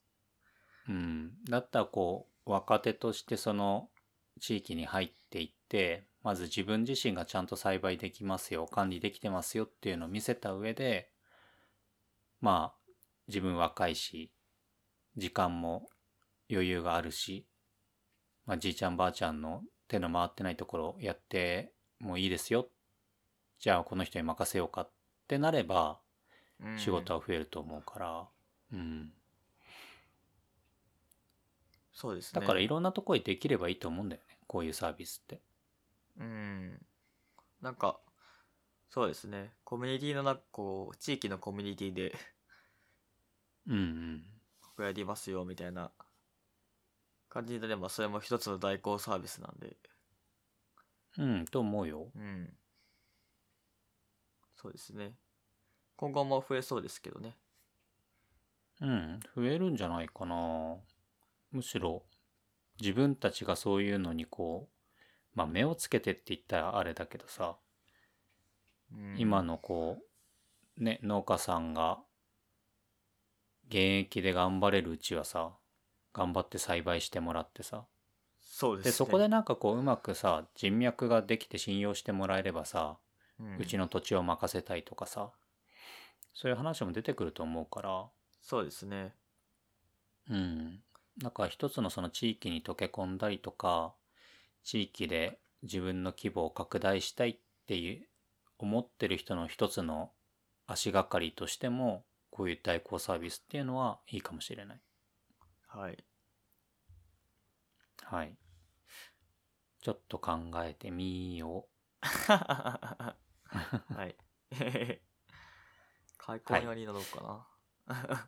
Speaker 1: うん。だったらこう、若手としてその地域に入っていって、まず自分自身がちゃんと栽培できますよ、管理できてますよっていうのを見せた上で、まあ、自分若いし、時間も余裕があるし、まあ、じいちゃんばあちゃんの手の回ってないところやってもいいですよ。じゃあこの人に任せようかってなれば、
Speaker 2: うん
Speaker 1: 仕事は増えると思うから、うん。
Speaker 2: そうですね
Speaker 1: だからいろんなところでできればいいと思うんだよね。こういうサービスって。
Speaker 2: うんなんかそうですねコミュニティの中こう地域のコミュニティで
Speaker 1: うんうん。
Speaker 2: ここやりますよみたいな感じになればそれも一つの代行サービスなんで
Speaker 1: うん、と思うよ。
Speaker 2: うんそうですね今後も増えそうですけどね
Speaker 1: うん、増えるんじゃないかな。むしろ、自分たちがそういうのにこう、まあ目をつけてって言ったらあれだけどさ、
Speaker 2: うん
Speaker 1: 今のこう、ね、農家さんが、現役で頑張れるうちはさ、頑張って栽培してもらってさ、
Speaker 2: そうです、
Speaker 1: で、
Speaker 2: ね、
Speaker 1: そこでなんかこう、うまくさ、人脈ができて信用してもらえればさ、
Speaker 2: うん
Speaker 1: うちの土地を任せたいとかさ、そういう話も出てくると思うから、
Speaker 2: そうですね
Speaker 1: うん。なんか一つのその地域に溶け込んだりとか、地域で自分の規模を拡大したいっていう、思ってる人の一つの足がかりとしても、こういう代行サービスっていうのはいいかもしれない。
Speaker 2: はい
Speaker 1: はい。ちょっと考えてみよ
Speaker 2: はい。開墾よりなのかな、
Speaker 1: う。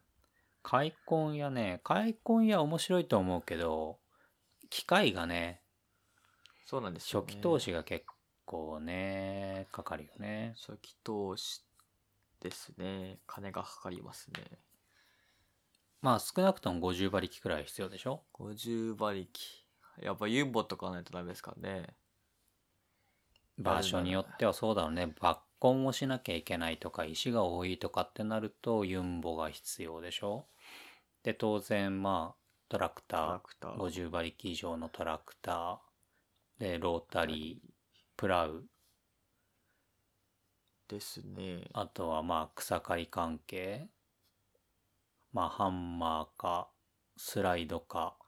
Speaker 1: 開墾屋ね、開墾屋面白いと思うけど、機械がね、
Speaker 2: そうなんですよ、
Speaker 1: 初
Speaker 2: ね。
Speaker 1: 期投資が結構ね、かかるよね。
Speaker 2: 初期投資ですね。金がかかりますね。
Speaker 1: まあ少なくとも50馬力くらい必要でしょ
Speaker 2: 50馬力。やっぱユンボとかないとダメですからね。
Speaker 1: 場所によってはそうだろうね。抜根をしなきゃいけないとか、石が多いとかってなると、ユンボが必要でしょで、当然、まあ、トラク
Speaker 2: トラ
Speaker 1: タ
Speaker 2: クタ
Speaker 1: ー、
Speaker 2: ー。
Speaker 1: 50馬力以上のトラクター、で、ロータリー、プラウ、
Speaker 2: ですね。
Speaker 1: あとはまあ、草刈り関係、まあ、ハンマーか、スライドか、か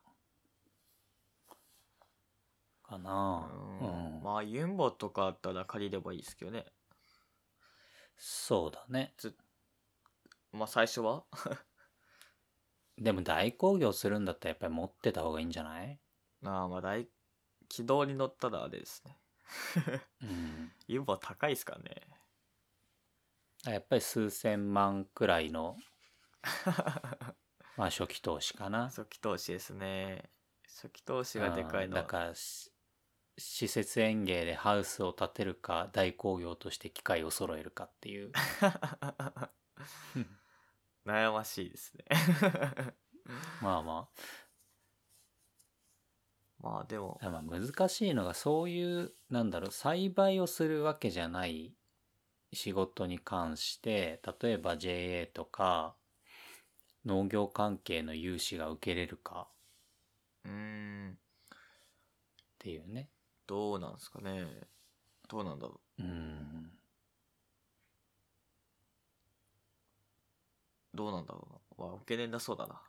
Speaker 2: う
Speaker 1: なぁ
Speaker 2: ん。まあ、ユンボとかあったら借りればいいですけどね。
Speaker 1: そうだね。
Speaker 2: まあ、最初は
Speaker 1: でも大興行するんだったらやっぱり持ってた方がいいんじゃない
Speaker 2: ああ、まあ、大、軌道に乗ったらあれですね。
Speaker 1: うん。
Speaker 2: ユンボは高いですからね。
Speaker 1: やっぱり数千万くらい の、まあ初期投資かな。
Speaker 2: 初期投資ですね初期投資がでかい
Speaker 1: うん
Speaker 2: のは
Speaker 1: だからし、施設園芸でハウスを建てるか、大興行として機械を揃えるかって いう。
Speaker 2: 悩ましいですね
Speaker 1: まあま
Speaker 2: まあでも
Speaker 1: あ、まあ難しいのがそういう、なんだろう、栽培をするわけじゃない仕事に関して、例えば JA とか、農業関係の融資が受けれるか。
Speaker 2: うーん
Speaker 1: っていうね。
Speaker 2: どうなんですかねどうなんだろ
Speaker 1: うん。
Speaker 2: うどうなんだろうなまあ受けれなそうだな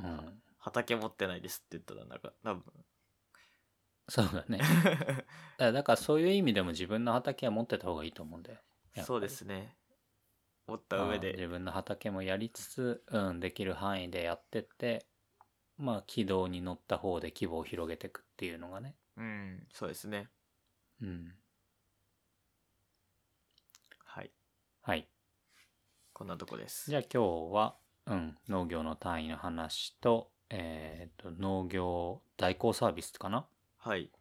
Speaker 1: うん。
Speaker 2: 畑持ってないですって言ったらなんか多分
Speaker 1: そうだね。だ からだからそういう意味でも自分の畑は持ってた方がいいと思うんだよ。やっぱり
Speaker 2: そうですね持った上
Speaker 1: うん
Speaker 2: で
Speaker 1: 自分の畑もやりつつ、うん、できる範囲でやってって、まあ軌道に乗った方で規模を広げていくっていうのがね。
Speaker 2: うんそうですね
Speaker 1: うん。
Speaker 2: はい
Speaker 1: はい。
Speaker 2: こんなとこです
Speaker 1: じゃあ今日は、うん、農業の単位の話と、えっ、と、農業代行サービスかな
Speaker 2: はい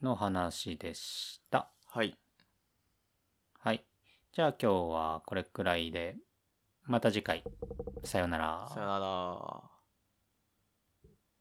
Speaker 1: の話でした。
Speaker 2: はい
Speaker 1: はい。じゃあ今日はこれくらいで、また次回。さようなら。
Speaker 2: さよなら